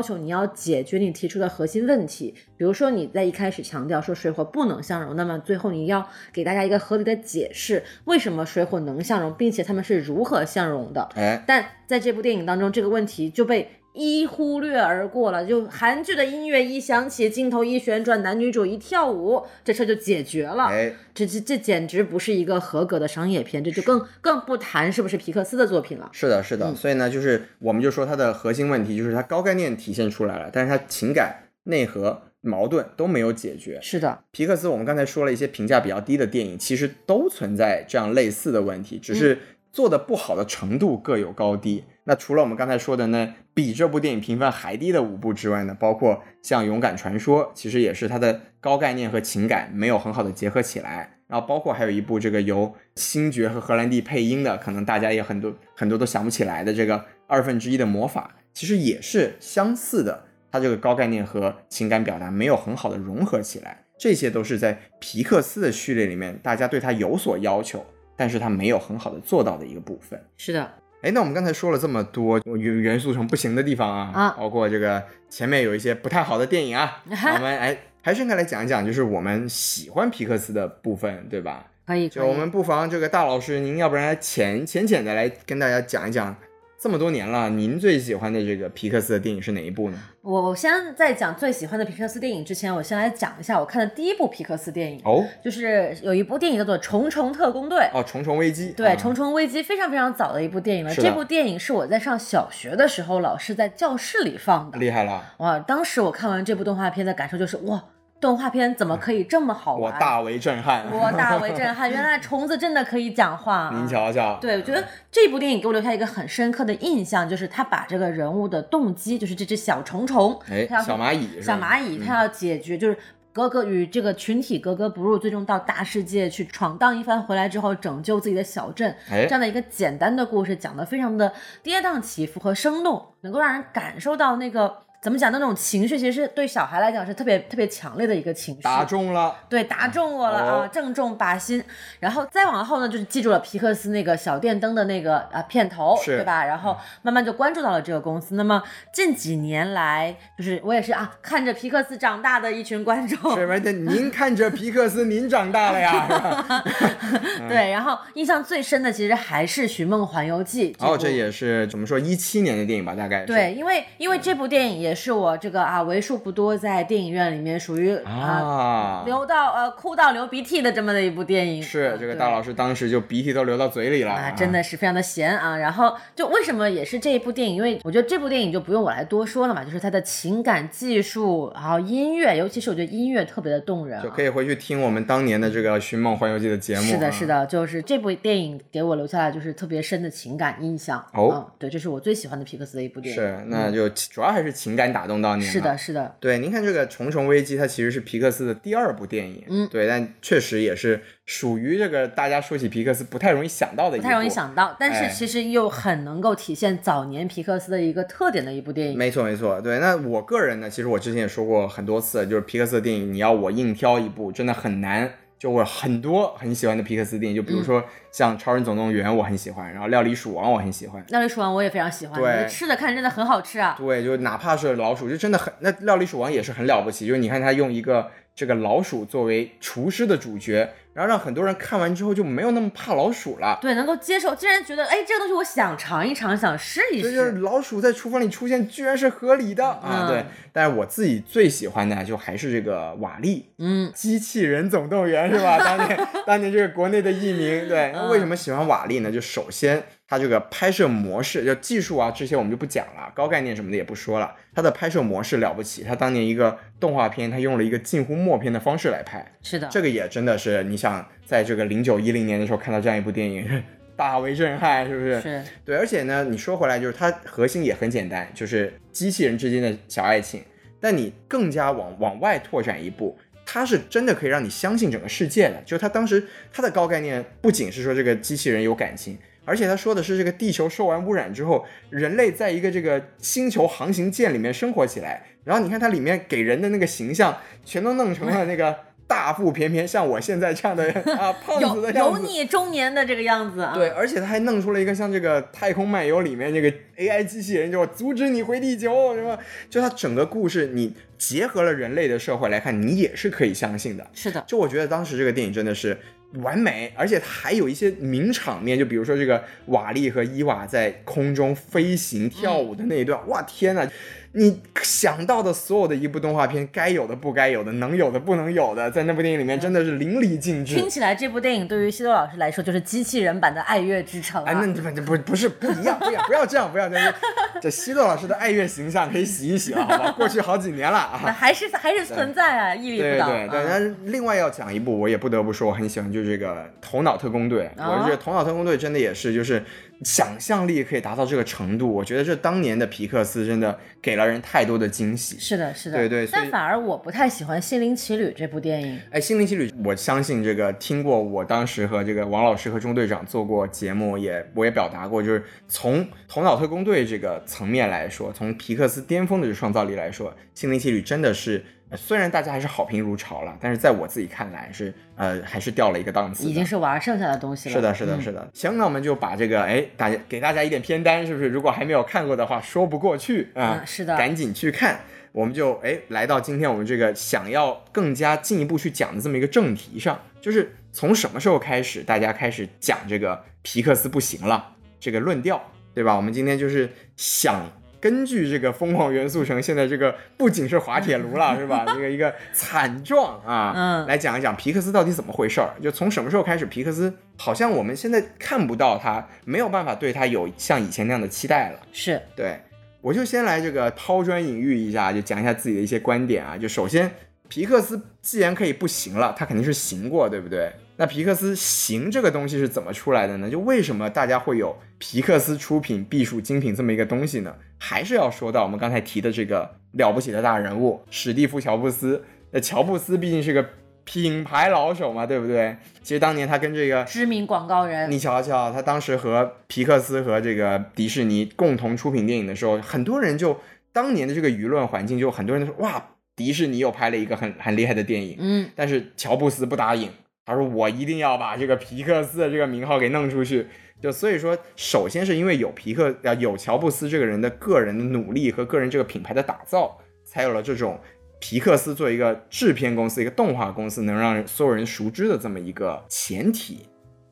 B: 求，你要解决你提出的核心问题。比如说你在一开始强调说水火不能相容，那么最后你要给大家一个合理的解释，为什么水火能相容，并且他们是如何相容的。
A: 哎，
B: 但在这部电影当中，这个问题就被一忽略而过了。就韩剧的音乐一响起，镜头一旋转，男女主一跳舞，这事儿就解决了。
A: 哎，
B: 这这这简直不是一个合格的商业片，这就更更不谈是不是皮克斯的作品了。
A: 是的，是的。
B: 嗯
A: 所以呢，就是我们就说它的核心问题就是它高概念体现出来了，但是它情感内核矛盾都没有解决。
B: 是的，
A: 皮克斯，我们刚才说了一些评价比较低的电影，其实都存在这样类似的问题，只是做的不好的程度各有高低。那除了我们刚才说的呢，比这部电影评分还低的五部之外呢，包括像《勇敢传说》，其实也是它的高概念和情感没有很好的结合起来。然后包括还有一部这个由星爵和荷兰弟配音的，可能大家也很多很多都想不起来的这个二分之一的魔法，其实也是相似的，它这个高概念和情感表达没有很好的融合起来，这些都是在皮克斯的序列里面，大家对它有所要求，但是它没有很好的做到的一个部分。
B: 是的，
A: 哎，那我们刚才说了这么多元元素城不行的地方啊，
B: 啊
A: 包括这个前面有一些不太好的电影啊，我们哎还是应该来讲一讲，就是我们喜欢皮克斯的部分，对吧？
B: 可以。
A: 就
B: 可以
A: 我们不妨这个大老师，您要不然浅浅浅的来跟大家讲一讲，这么多年了，您最喜欢的这个皮克斯的电影是哪一部呢？
B: 我我先在讲最喜欢的皮克斯电影之前，我先来讲一下我看的第一部皮克斯电影，
A: 哦
B: 就是有一部电影叫做《重重特工队》。
A: 哦，《重重危机》
B: 对，
A: 啊
B: 《重重危机》非常非常早的一部电影了。
A: 是的
B: 这部电影是我在上小学的时候，老师在教室里放的。
A: 厉害了，
B: 哇，当时我看完这部动画片的感受就是，哇，动画片怎么可以这么好
A: 我
B: 玩？
A: 大为震撼。
B: 我大为震撼，原来虫子真的可以讲话、啊。
A: 您瞧瞧，
B: 对，我觉得这部电影给我留下一个很深刻的印象，就是他把这个人物的动机，就是这只小虫虫，
A: 哎
B: 它要，
A: 小蚂蚁是
B: 小
A: 吧，
B: 蚂蚁，
A: 嗯
B: 它要解决就是格格与这个群体格格不入，最终到大世界去闯荡一番，回来之后拯救自己的小镇，
A: 哎
B: 这样的一个简单的故事，讲得非常的跌宕起伏和生动，能够让人感受到那个怎么讲那种情绪，其实是对小孩来讲是特别特别强烈的一个情绪。
A: 打中了，
B: 对，打中我了啊，
A: 哦
B: 正中靶心。然后再往后呢，就是记住了皮克斯那个小电灯的那个啊片头，
A: 是嗯
B: 对吧？然后慢慢就关注到了这个公司。那么近几年来，就是我也是啊，看着皮克斯长大的一群观众，
A: 是不是？那您看着皮克斯，您长大了 呀，是吧？嗯
B: 对。然后印象最深的其实还是《寻梦环游记》
A: 哦，
B: 部
A: 这也是怎么说，一七年的电影吧，大概是
B: 对，因为因为这部电影也也是我这个啊为数不多在电影院里面属于啊
A: 啊，
B: 流到呃哭到流鼻涕的这么的一部电影。
A: 是
B: 嗯
A: 这个
B: 对
A: 大老师当时就鼻涕都流到嘴里了
B: 啊，真的是非常的闲啊。然后就为什么也是这一部电影，因为我觉得这部电影就不用我来多说了嘛，就是它的情感、技术，然后音乐，尤其是我觉得音乐特别的动人、啊，
A: 就可以啊回去听我们当年的这个《寻梦环游记》的节目。
B: 是的，是。的，就是这部电影给我留下来就是特别深的情感印象。
A: 哦
B: 嗯，对，这是我最喜欢的皮克斯的一部电影。
A: 是，那就主要还是情感打动到你了。
B: 是的，是的，
A: 对，您看这个《重重危机》，它其实是皮克斯的第二部电影，
B: 嗯
A: 对，但确实也是属于这个大家说起皮克斯不太容易想到的一
B: 不
A: 部，
B: 太容易。想到，但
A: 哎
B: 是其实又很能够体现早年皮克斯的一个特点的一部电影。
A: 没错，没错，对。那我个人呢，其实我之前也说过很多次，就是皮克斯的电影，你要我硬挑一部，真的很难。就我很多很喜欢的皮克斯电影，就比
B: 嗯
A: 如说像《超人总动员》，我很喜欢，然后《料理鼠王》，我很喜欢。
B: 那位厨王我也非常喜欢，
A: 对
B: 我觉得吃的看着真的很好吃啊。
A: 对，就哪怕是老鼠，就真的很那《料理鼠王》也是很了不起，就是你看他用一个这个老鼠作为厨师的主角，然后让很多人看完之后就没有那么怕老鼠了。
B: 对，能够接受，竟然觉得哎，这个东西我想尝一尝，想试一
A: 这
B: 试。
A: 就是老鼠在厨房里出现，居然是合理的啊！
B: 嗯
A: 对，但是我自己最喜欢的就还是这个瓦力，
B: 嗯，
A: 机器人总动员是吧？当年当年这个国内的译名，对，那为什么喜欢瓦力呢？就首先它这个拍摄模式，就技术啊这些我们就不讲了，高概念什么的也不说了。它的拍摄模式了不起，它当年一个动画片，它用了一个近乎默片的方式来拍，
B: 是的，
A: 这个也真的是你想在这个零九一零年的时候看到这样一部电影， 大为震撼，是不是？
B: 是
A: 对，而且呢，你说回来就是它核心也很简单，就是机器人之间的小爱情。但你更加往往外拓展一步，它是真的可以让你相信整个世界的。就是它当时它的高概念不仅是说这个机器人有感情，而且他说的是这个地球受完污染之后，人类在一个这个星球航行舰里面生活起来。然后你看它里面给人的那个形象，全都弄成了那个大腹便便，像我现在这样 的啊胖子
B: 有
A: 的样
B: 有
A: 子。
B: 你中年的这个样子啊。
A: 对，而且他还弄出了一个像这个《太空漫游》里面这个 AI 机器人，就阻止你回地球什么，就它整个故事，你结合了人类的社会来看，你也是可以相信的。
B: 是的，
A: 就我觉得当时这个电影真的是完美，而且它还有一些名场面，就比如说这个瓦力和伊娃在空中飞行跳
B: 嗯
A: 舞的那一段，哇天呐！你想到的所有的一部动画片，该有的不该有的，能有的不能有的，在那部电影里面真的是淋漓尽致。
B: 嗯听起来这部电影对于西多老师来说就是机器人版的《爱乐之城》
A: 哎，那
B: 啊。
A: 你不不不是不一样，不一样，不要这样，不要这样。这西洛老师的爱乐形象可以洗一洗啊了，好吧？过去好几年了
B: 那
A: 啊。
B: 还是还是存在啊，屹立
A: 对
B: 不
A: 对
B: 倒。
A: 对，
B: 啊
A: 但是另外要讲一部，我也不得不说，我很喜欢，就是这个《头脑特工队》。我是觉得《头脑特工队》真的也是，就是想象力可以达到这个程度，我觉得这当年的皮克斯真的给了人太多的惊喜。
B: 是的，是的，
A: 对对所以
B: 但反而我不太喜欢《心灵奇旅》这部电影。
A: 哎，《心灵奇旅》，我相信这个听过我当时和这个王老师和钟队长做过节目，也我也表达过，就是从《头脑特工队》这个层面来说，从皮克斯巅峰的这创造力来说，《心灵奇旅》真的是，呃虽然大家还是好评如潮了，但是在我自己看来是，呃，还是掉了一个档次的。
B: 已经是玩剩下的东西了。
A: 是的，是的，
B: 嗯
A: 是的。行，那我们就把这个，哎，大家给大家一点片单，是不是？如果还没有看过的话，说不过去啊、
B: 嗯是的
A: 赶紧去看。我们就哎，来到今天我们这个想要更加进一步去讲的这么一个正题上，就是从什么时候开始，大家开始讲这个皮克斯不行了这个论调，对吧？我们今天就是想根据这个《疯狂元素城》现在这个不仅是滑铁卢 了，是吧？这个一个惨状啊，
B: 嗯
A: 来讲一讲皮克斯到底怎么回事儿，就从什么时候开始，皮克斯好像我们现在看不到他，没有办法对他有像以前那样的期待了。
B: 是
A: 对，我就先来这个抛砖引玉一下，就讲一下自己的一些观点啊。就首先，皮克斯既然可以不行了，他肯定是行过，对不对？那皮克斯行这个东西是怎么出来的呢？就为什么大家会有皮克斯出品必属精品这么一个东西呢？还是要说到我们刚才提的这个了不起的大人物史蒂夫·乔布斯。那乔布斯毕竟是个品牌老手嘛，对不对？其实当年他跟这个
B: 知名广告人。
A: 你瞧瞧，他当时和皮克斯和这个迪士尼共同出品电影的时候，很多人就当年的这个舆论环境，就很多人都说哇，迪士尼又拍了一个很很厉害的电影，
B: 嗯，
A: 但是乔布斯不答应，他说我一定要把这个皮克斯的这个名号给弄出去。就所以说，首先是因为有皮克呃有乔布斯这个人的个人的努力和个人这个品牌的打造，才有了这种皮克斯作为一个制片公司、一个动画公司能让所有人熟知的这么一个前提。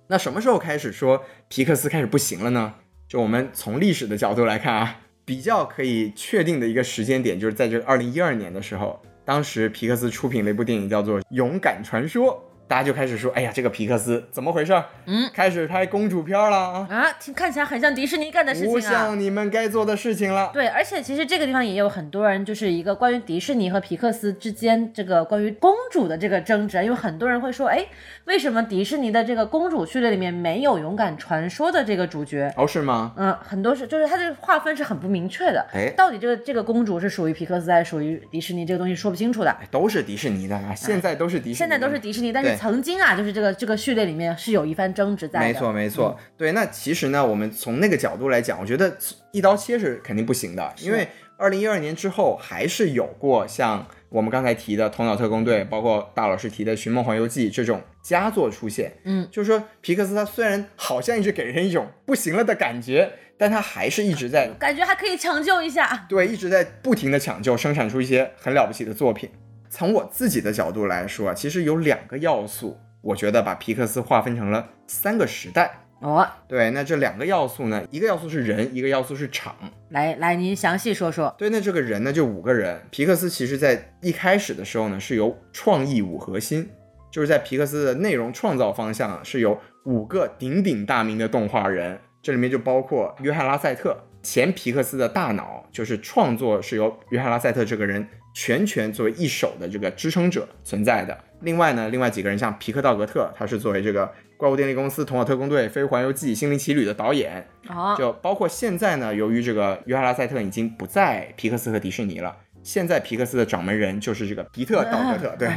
A: 那什么时候开始说皮克斯开始不行了呢？就我们从历史的角度来看啊，比较可以确定的一个时间点，就是在这个二零一二年的时候，当时皮克斯出品了一部电影叫做《勇敢传说》，大家就开始说，哎呀，这个皮克斯怎么回事？
B: 嗯，
A: 开始拍公主片了啊，
B: 啊，听看起来很像迪士尼干的事
A: 不
B: 情啊。
A: 像你们该做的事情了。
B: 对，而且其实这个地方也有很多人，就是一个关于迪士尼和皮克斯之间这个关于公主的这个争执，因为很多人会说，哎，为什么迪士尼的这个公主序列里面没有勇敢传说的这个主角？
A: 哦，是吗？
B: 嗯，很多是就是它的划分是很不明确的，
A: 哎
B: 到底这个这个公主是属于皮克斯还是属于迪士尼，这个东西说不清楚的。
A: 哎都是迪士尼的啊，现在都是迪士尼的，
B: 嗯现在都是迪士尼，但是
A: 对
B: 曾经啊，就是这个这个序列里面是有一番争执在的。
A: 没错，没错。对，那其实呢，我们从那个角度来讲，我觉得一刀切是肯定不行的，因为二零一二年之后还是有过像我们刚才提的《头脑特工队》，包括大老师提的《寻梦环游记》这种佳作出现。
B: 嗯，
A: 就是说皮克斯他虽然好像一直给人一种不行了的感觉，但他还是一直在
B: 感觉还可以抢救一下。啊
A: 对，一直在不停的抢救，生产出一些很了不起的作品。从我自己的角度来说啊，其实有两个要素，我觉得把皮克斯划分成了三个时代。
B: 哦，
A: 对，那这两个要素呢，一个要素是人，一个要素是场。
B: 来来，您详细说说。
A: 对，那这个人呢，就五个人。皮克斯其实在一开始的时候呢，是由创意五核心，就是在皮克斯的内容创造方向啊，是由五个鼎鼎大名的动画人，这里面就包括约翰拉塞特，前皮克斯的大脑，就是创作是由约翰拉塞特这个人全权作为一手的这个支撑者存在的。另外呢，另外几个人像皮克道格特，他是作为这个《怪物电力公司》《童话特工队》《飞屋环游记》《心灵奇旅》的导演，
B: 哦，
A: 就包括现在呢，由于这个约翰拉塞特已经不在皮克斯和迪士尼了，现在皮克斯的掌门人就是这个皮特道格特，对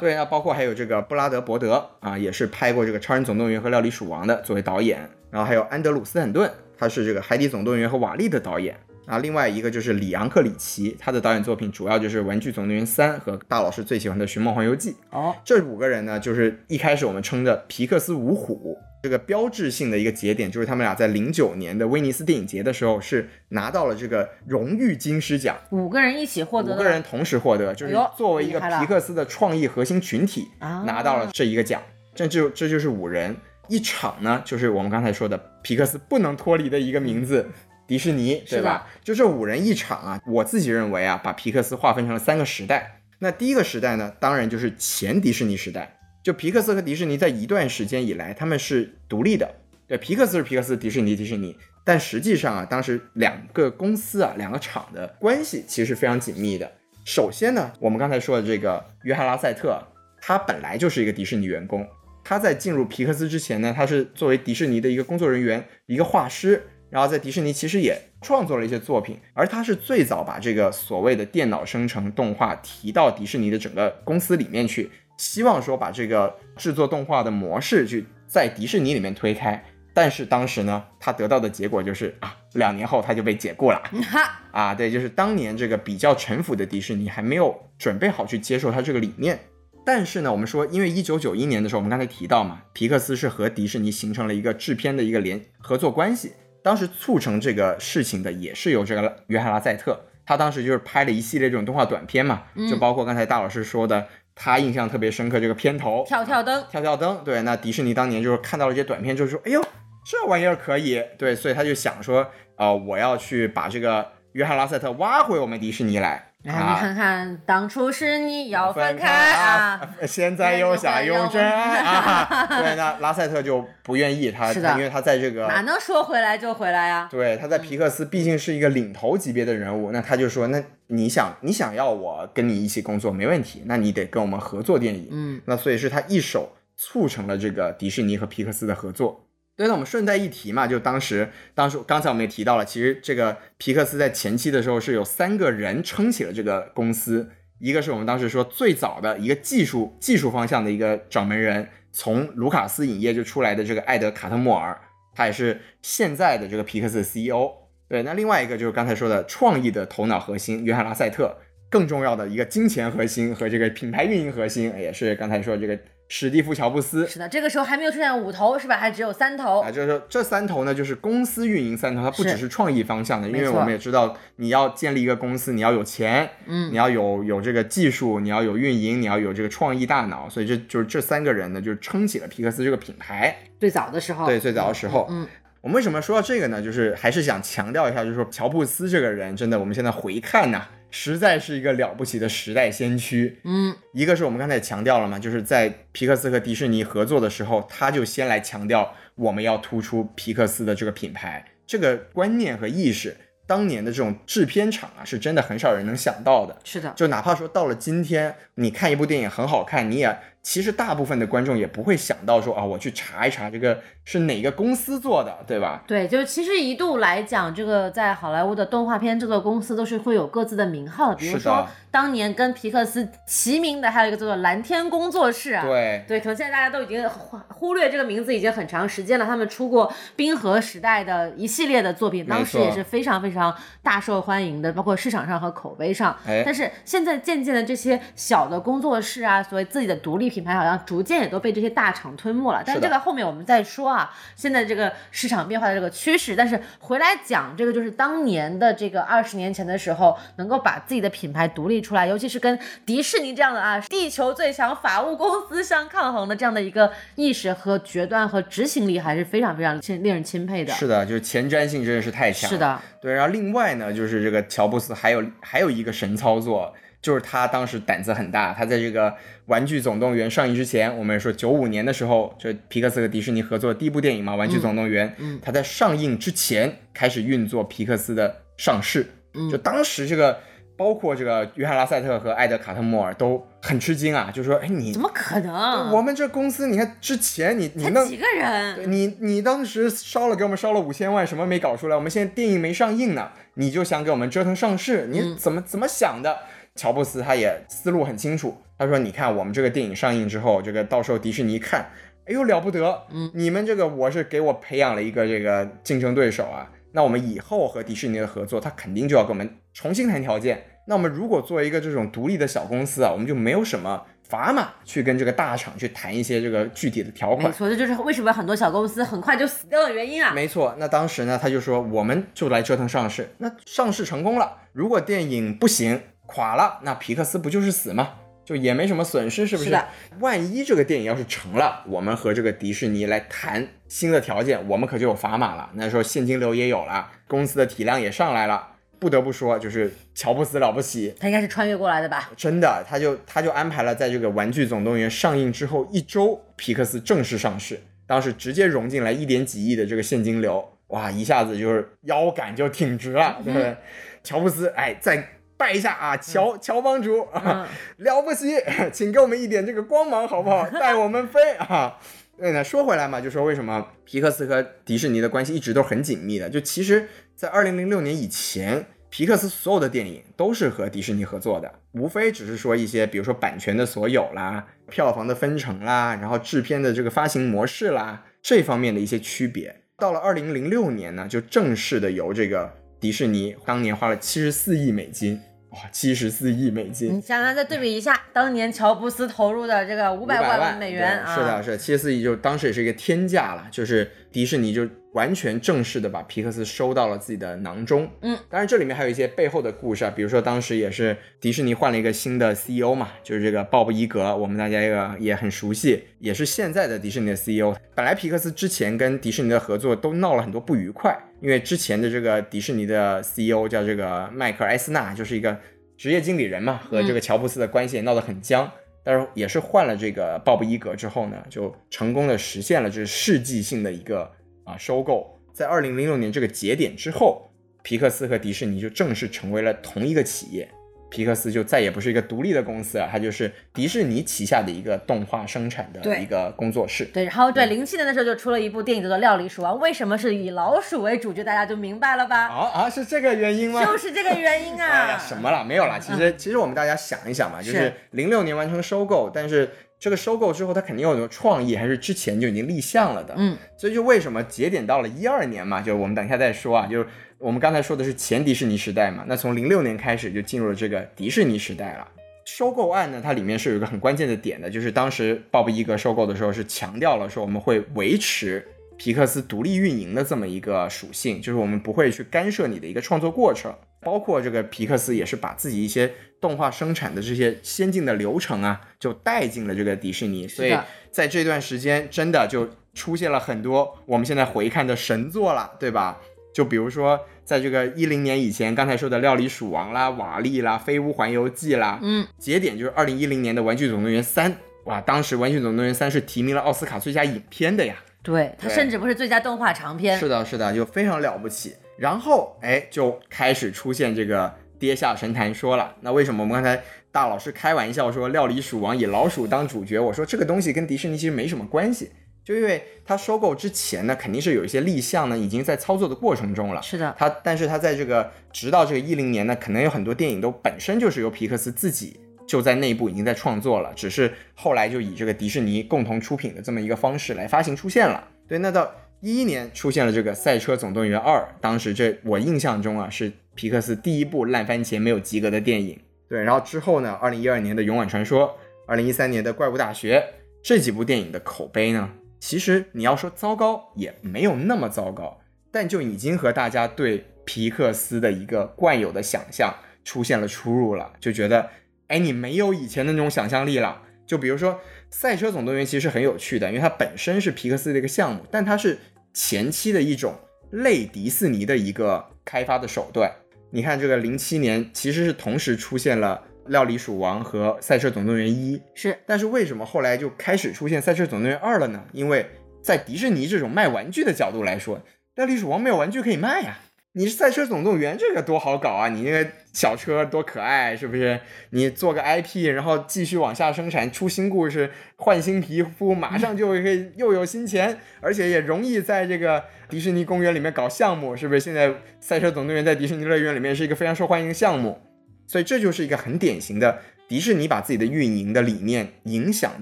A: 对啊，包括还有这个布拉德伯德啊，也是拍过这个《超人总动员》和《料理鼠王》的作为导演，然后还有安德鲁斯坦顿，他是这个《海底总动员》和《瓦力》的导演。啊，另外一个就是里昂克里奇，他的导演作品主要就是《玩具总动员三》和大老师最喜欢的《寻梦环游记》。
B: 哦，
A: 这五个人呢，就是一开始我们称的皮克斯五虎。这个标志性的一个节点，就是他们俩在零九年的威尼斯电影节的时候，是拿到了这个荣誉金狮奖，
B: 五个人一起获得
A: 五
B: 的。
A: 个人同时获得，就是
B: 哎呦
A: 作为一个
B: 厉害了
A: 皮克斯的创意核心群体，
B: 啊
A: 拿到了这一个奖。这就这就是五人一场呢，就是我们刚才说的皮克斯不能脱离的一个名字。迪士尼
B: 是的
A: 对吧？就这五人一场啊，我自己认为啊，把皮克斯划分成了三个时代。那第一个时代呢，当然就是前迪士尼时代。就皮克斯和迪士尼在一段时间以来，他们是独立的。对，皮克斯是皮克斯，迪士尼迪士尼。但实际上啊，当时两个公司啊，两个厂的关系其实非常紧密的。首先呢，我们刚才说的这个约翰拉塞特，啊他本来就是一个迪士尼员工。他在进入皮克斯之前呢，他是作为迪士尼的一个工作人员，一个画师，然后在迪士尼其实也创作了一些作品，而他是最早把这个所谓的电脑生成动画提到迪士尼的整个公司里面去，希望说把这个制作动画的模式去在迪士尼里面推开。但是当时呢，他得到的结果就是啊，两年后他就被解雇了。
B: 哈，
A: 啊，对，就是当年这个比较城府的迪士尼还没有准备好去接受它这个理念。但是呢，我们说，因为一九九一年的时候，我们刚才提到嘛，皮克斯是和迪士尼形成了一个制片的一个联合作关系。当时促成这个事情的也是由这个约翰拉塞特，他当时就是拍了一系列这种动画短片嘛，就包括刚才大老师说的，他印象特别深刻这个片头
B: 跳跳灯。
A: 跳跳灯，对，那迪士尼当年就是看到了这些短片，就是说，哎呦，这玩意儿可以，对，所以他就想说，啊，我要去把这个约翰拉塞特挖回我们迪士尼来
B: 哎，你
A: 啊。
B: 看看，当初是你要分开啊
A: 啊！！ 现在又想用真爱啊！ 对，那拉塞特就不愿意， 他
B: 是的
A: 他因为他在这个
B: 哪能说回来就回来啊？
A: 对，他在皮克斯毕竟是一个领头级别的人物，那他就说，那你想你想要我跟你一起工作没问题，那你得跟我们合作电影。
B: 嗯，
A: 那所以是他一手促成了这个迪士尼和皮克斯的合作。对，那我们顺带一提嘛，就当时，当时刚才我们也提到了，其实这个皮克斯在前期的时候是有三个人撑起了这个公司，一个是我们当时说最早的一个技术技术方向的一个掌门人，从卢卡斯影业就出来的这个艾德卡特莫尔，他也是现在的这个皮克斯的 CEO。对，那另外一个就是刚才说的创意的头脑核心约翰拉塞特，更重要的一个金钱核心和这个品牌运营核心，也是刚才说这个史蒂夫乔布斯
B: 是的，这个时候还没有出现五头是吧？还只有三头
A: 啊，。就是说这三头呢，就是公司运营三头，它不
B: 是
A: 只是创意方向的，因
B: 没
A: 为
B: 错
A: 我们也知道，你要建立一个公司，你要有钱，
B: 嗯
A: 你要有有这个技术，你要有运营，你要有这个创意大脑，所以这就是这三个人呢，就是撑起了皮克斯这个品牌。
B: 最早的时候，
A: 对，最早的时候，
B: 嗯，
A: 我们为什么说到这个呢？就是还是想强调一下，就是说乔布斯这个人，真的，我们现在回看呐、实在是一个了不起的时代先驱。
B: 嗯，
A: 一个是我们刚才也强调了嘛，就是在皮克斯和迪士尼合作的时候，他就先来强调我们要突出皮克斯的这个品牌，这个观念和意识，当年的这种制片厂啊，是真的很少人能想到的。
B: 是的，
A: 就哪怕说到了今天，你看一部电影很好看，你也其实大部分的观众也不会想到说啊，我去查一查这个是哪个公司做的，对吧？
B: 对，就是其实一度来讲，这个在好莱坞的动画片制作公司都是会有各自的名号的，比如
A: 是的
B: 说当年跟皮克斯齐名的还有一个叫做蓝天工作室啊。
A: 对，
B: 对，可能现在大家都已经忽忽略这个名字已经很长时间了。他们出过冰河时代的一系列的作品，
A: 没
B: 当时
A: 错
B: 也是非常非常大受欢迎的，包括市场上和口碑上。
A: 哎
B: 但是现在渐渐的，这些小的工作室啊，所谓自己的独立品牌，好像逐渐也都被这些大厂吞没了。
A: 是
B: 但是
A: 的
B: 这个后面我们再说啊，现在这个市场变化的这个趋势。但是回来讲这个，就是当年的这个二十年前的时候，能够把自己的品牌独立出来，尤其是跟迪士尼这样的啊，地球最强法务公司相抗衡的这样的一个意识和决断和执行力，还是非常非常令令人钦佩的。
A: 是的，就是前瞻性真的是太强。
B: 是，的，
A: 对。然后另外呢，就是这个乔布斯还有还有一个神操作，就是他当时胆子很大，他在这个《玩具总动员》上映之前，我们说九五年的时候，就皮克斯和迪士尼合作的第一部电影嘛，《玩具总动员》
B: 嗯
A: 他在上映之前开始运作皮克斯的上市，
B: 嗯
A: 就当时这个。包括这个约翰拉塞特和艾德卡特莫尔都很吃惊啊，就说：“哎，你
B: 怎么可能？
A: 我们这公司，你看之前你你
B: 才
A: 弄
B: 几个人？
A: 对你你当时烧了给我们烧了五千万，什么没搞出来？我们现在电影没上映呢，你就想给我们折腾上市？你
B: 嗯
A: 怎么、怎么想的？乔布斯他也思路很清楚，他说：“你看我们这个电影上映之后，这个到时候迪士尼看，哎呦了不得，
B: 嗯，
A: 你们这个我是给我培养了一个这个竞争对手啊，那我们以后和迪士尼的合作，他肯定就要跟我们重新谈条件。那我们如果作为一个这种独立的小公司啊，我们就没有什么砝码去跟这个大厂去谈一些这个具体的条款
B: 没。错，这就是为什么很多小公司很快就死掉的原因啊。
A: 没错，那当时呢，他就说我们就来折腾上市。那上市成功了，如果电影不行垮了，那皮克斯不就是死吗？就也没什么损失，是不是？
B: 是的
A: 万一这个电影要是成了，我们和这个迪士尼来谈新的条件，我们可就有砝码了。那时候现金流也有了，公司的体量也上来了。不得不说，就是乔布斯了不起，
B: 他应该是穿越过来的吧？
A: 真的，他就他就安排了在这个《玩具总动员》上映之后一周，皮克斯正式上市，当时直接融进来一点几亿的这个现金流，哇，一下子就是腰杆就挺直了，对不对？乔布斯，哎，再拜一下啊，乔、乔帮主 啊，
B: 嗯，
A: 了不起， 请给我们一点这个光芒好不好？带我们飞啊！对呢，说回来嘛，就说为什么皮克斯和迪士尼的关系一直都很紧密的？就其实，在二零零六年以前，皮克斯所有的电影都是和迪士尼合作的，无非只是说一些，比如说版权的所有啦、票房的分成啦，然后制片的这个发行模式啦这方面的一些区别。到了二零零六年呢，就正式的由这个迪士尼当年花了七十四亿美金，哇，七十四亿美金，
B: 你想想，再对比一下当年乔布斯投入的这个五
A: 五
B: 百
A: 万
B: 万美元
A: 对
B: 啊，
A: 是的，，是的，七十四亿就当时也是一个天价了，就是迪士尼就完全正式的把皮克斯收到了自己的囊中。
B: 嗯，
A: 当然这里面还有一些背后的故事啊，比如说当时也是迪士尼换了一个新的 CEO 嘛，就是这个鲍勃伊格，我们大家也也很熟悉，也是现在的迪士尼的 CEO。本来皮克斯之前跟迪士尼的合作都闹了很多不愉快，因为之前的这个迪士尼的 CEO 叫这个迈克尔·埃斯纳，就是一个职业经理人嘛，和这个乔布斯的关系也闹得很僵。但是也是换了这个鲍勃伊格之后呢，就成功的实现了这世纪性的一个啊收购。在二零零六年这个节点之后，皮克斯和迪士尼就正式成为了同一个企业。皮克斯就再也不是一个独立的公司了，它就是迪士尼旗下的一个动画生产的
B: 对
A: 一个工作室。
B: 对，然后
A: 嗯
B: 对零七年的时候就出了一部电影叫做《料理鼠王》，为什么是以老鼠为主角，大家就明白了吧？
A: 啊啊，是这个原因吗？
B: 就是这个原因
A: 哎呀，
B: 啊。嗯
A: 什么啦？没有啦。其实，其实我们大家想一想嘛，就是
B: 是
A: 零六年完成收购，但是这个收购之后，它肯定有很多创意，还是之前就已经立项了的。
B: 嗯，
A: 所以就为什么节点到了一二年嘛，就是我们等一下再说啊，就是我们刚才说的是前迪士尼时代嘛，那从零六年开始就进入了这个迪士尼时代了。收购案呢，它里面是有一个很关键的点的，就是当时鲍勃伊格收购的时候是强调了说我们会维持皮克斯独立运营的这么一个属性，就是我们不会去干涉你的一个创作过程，包括这个皮克斯也是把自己一些动画生产的这些先进的流程啊，就带进了这个迪士尼，所以
B: 的
A: 在这段时间真的就出现了很多我们现在回看的神作了，对吧？就比如说，在这个一零年以前，刚才说的《料理鼠王》啦、《瓦力》啦、《飞屋环游记》啦，
B: 嗯，
A: 节点就是二零一零年的《玩具总动员三》。哇，当时《玩具总动员三》是提名了奥斯卡最佳影片的呀。
B: 对，它
A: 对
B: 甚至不是最佳动画长片，
A: 是的，是的，就非常了不起。然后，哎，就开始出现这个跌下神坛说了。那为什么我们刚才大老师开玩笑说《料理鼠王》以老鼠当主角？我说这个东西跟迪士尼其实没什么关系，就因为它收购之前呢，肯定是有一些立项呢已经在操作的过程中了。
B: 是的，
A: 它，但是它在这个直到这个一零年呢，可能有很多电影都本身就是由皮克斯自己就在内部已经在创作了，只是后来就以这个迪士尼共同出品的这么一个方式来发行出现了。对，那到一一年出现了这个《赛车总动员二》，当时这我印象中啊是皮克斯第一部烂番茄没有及格的电影。对，然后之后呢，二零一二年的《勇往传说》，二零一三年的《怪物大学》这几部电影的口碑呢，其实你要说糟糕也没有那么糟糕，但就已经和大家对皮克斯的一个惯有的想象出现了出入了，就觉得，哎，你没有以前的那种想象力了。就比如说《赛车总动员》，其实是很有趣的，因为它本身是皮克斯的一个项目，但它是前期的一种类迪士尼的一个开发的手段。你看，这个零七年其实是同时出现了《料理鼠王》和《赛车总动员一》，
B: 是
A: 但是为什么后来就开始出现《赛车总动员二》了呢？因为在迪士尼这种卖玩具的角度来说，《料理鼠王》没有玩具可以卖呀、你是《赛车总动员》这个多好搞啊！你那个小车多可爱，是不是？你做个 IP，然后继续往下生产，出新故事，换新皮肤，马上就可以又有新钱，而且也容易在这个迪士尼公园里面搞项目，是不是？现在《赛车总动员》在迪士尼乐园里面是一个非常受欢迎的项目。所以这就是一个很典型的迪士尼把自己的运营的理念影响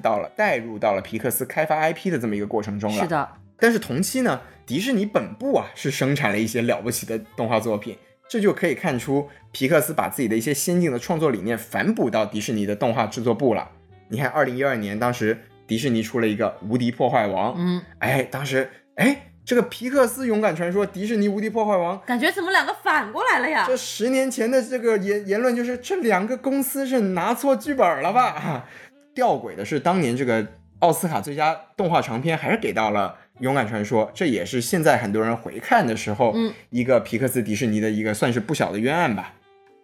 A: 到了、带入到了皮克斯开发 IP 的这么一个过程中了。
B: 是的，
A: 但是同期呢，迪士尼本部啊是生产了一些了不起的动画作品，这就可以看出皮克斯把自己的一些先进的创作理念反哺到迪士尼的动画制作部了。你看，二零一二年当时迪士尼出了一个《无敌破坏王》，
B: 嗯，
A: 哎，当时哎，这个皮克斯勇敢传说，迪士尼《无敌破坏王》
B: 感觉怎么两个反过来了呀？
A: 这十年前的这个言言论就是这两个公司是拿错剧本了吧？ 吊诡的是，当年这个奥斯卡最佳动画长片还是给到了《勇敢传说》，这也是现在很多人回看的时候，
B: 嗯
A: 一个皮克斯迪士尼的一个算是不小的冤案吧。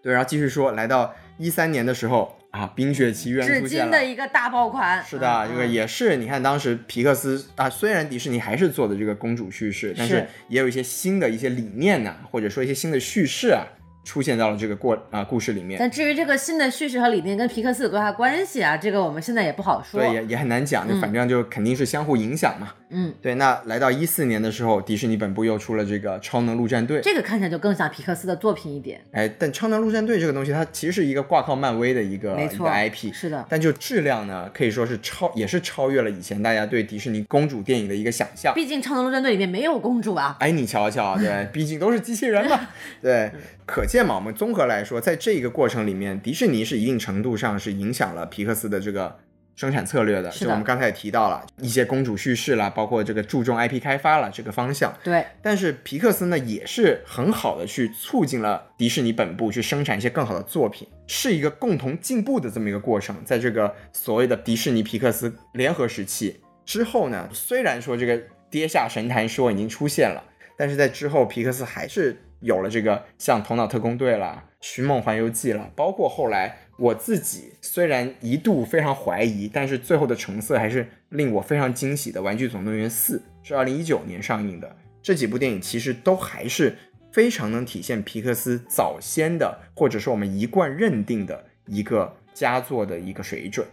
A: 对，然后继续说，来到一三年的时候啊，《冰雪奇缘》出
B: 至
A: 现
B: 今
A: 了
B: 的。一个大爆款，嗯
A: 是的，这个
B: 也
A: 也是，你看当时皮克斯啊，虽然迪士尼还是做的这个公主叙事，但是
B: 是
A: 也有一些新的一些理念呐、或者说一些新的叙事啊，出现到了这个过啊、故事里面。
B: 但至于这个新的叙事和理念跟皮克斯有多大关系啊，这个我们现在也不好说。
A: 对，也也很难讲，就
B: 嗯
A: 反正就肯定是相互影响嘛。
B: 嗯，
A: 对，那来到一四年的时候，迪士尼本部又出了这个《超能陆战队》。
B: 这个看起来就更像皮克斯的作品一点，
A: 哎，但《超能陆战队》这个东西，它其实是一个挂靠漫威的一个
B: 没
A: 一个
B: 错
A: IP，
B: 是的，
A: 但就质量呢，可以说是超，也是超越了以前大家对迪士尼公主电影的一个想象。
B: 毕竟《超能陆战队》里面没有公主 啊。
A: 哎，你瞧瞧， 对，毕竟都是机器人嘛，对，可见嘛，我们综合来说，在这个过程里面，迪士尼是一定程度上是影响了皮克斯的这个生产策略的，
B: 是
A: 就
B: 的
A: 我们刚才也提到了一些公主叙事啦，包括这个注重 IP 开发啦这个方向。
B: 对，
A: 但是皮克斯呢，也是很好的去促进了迪士尼本部去生产一些更好的作品，是一个共同进步的这么一个过程。在这个所谓的迪士尼皮克斯联合时期之后呢，虽然说这个跌下神坛说已经出现了，但是在之后皮克斯还是有了这个像《头脑特工队》啦，《寻梦环游记》啦，包括后来我自己虽然一度非常怀疑，但是最后的成色还是令我非常惊喜的《玩具总动员四》是二零一九年上映的。这几部电影其实都还是非常能体现皮克斯早先的，或者说我们一贯认定的一个佳作的一个水准。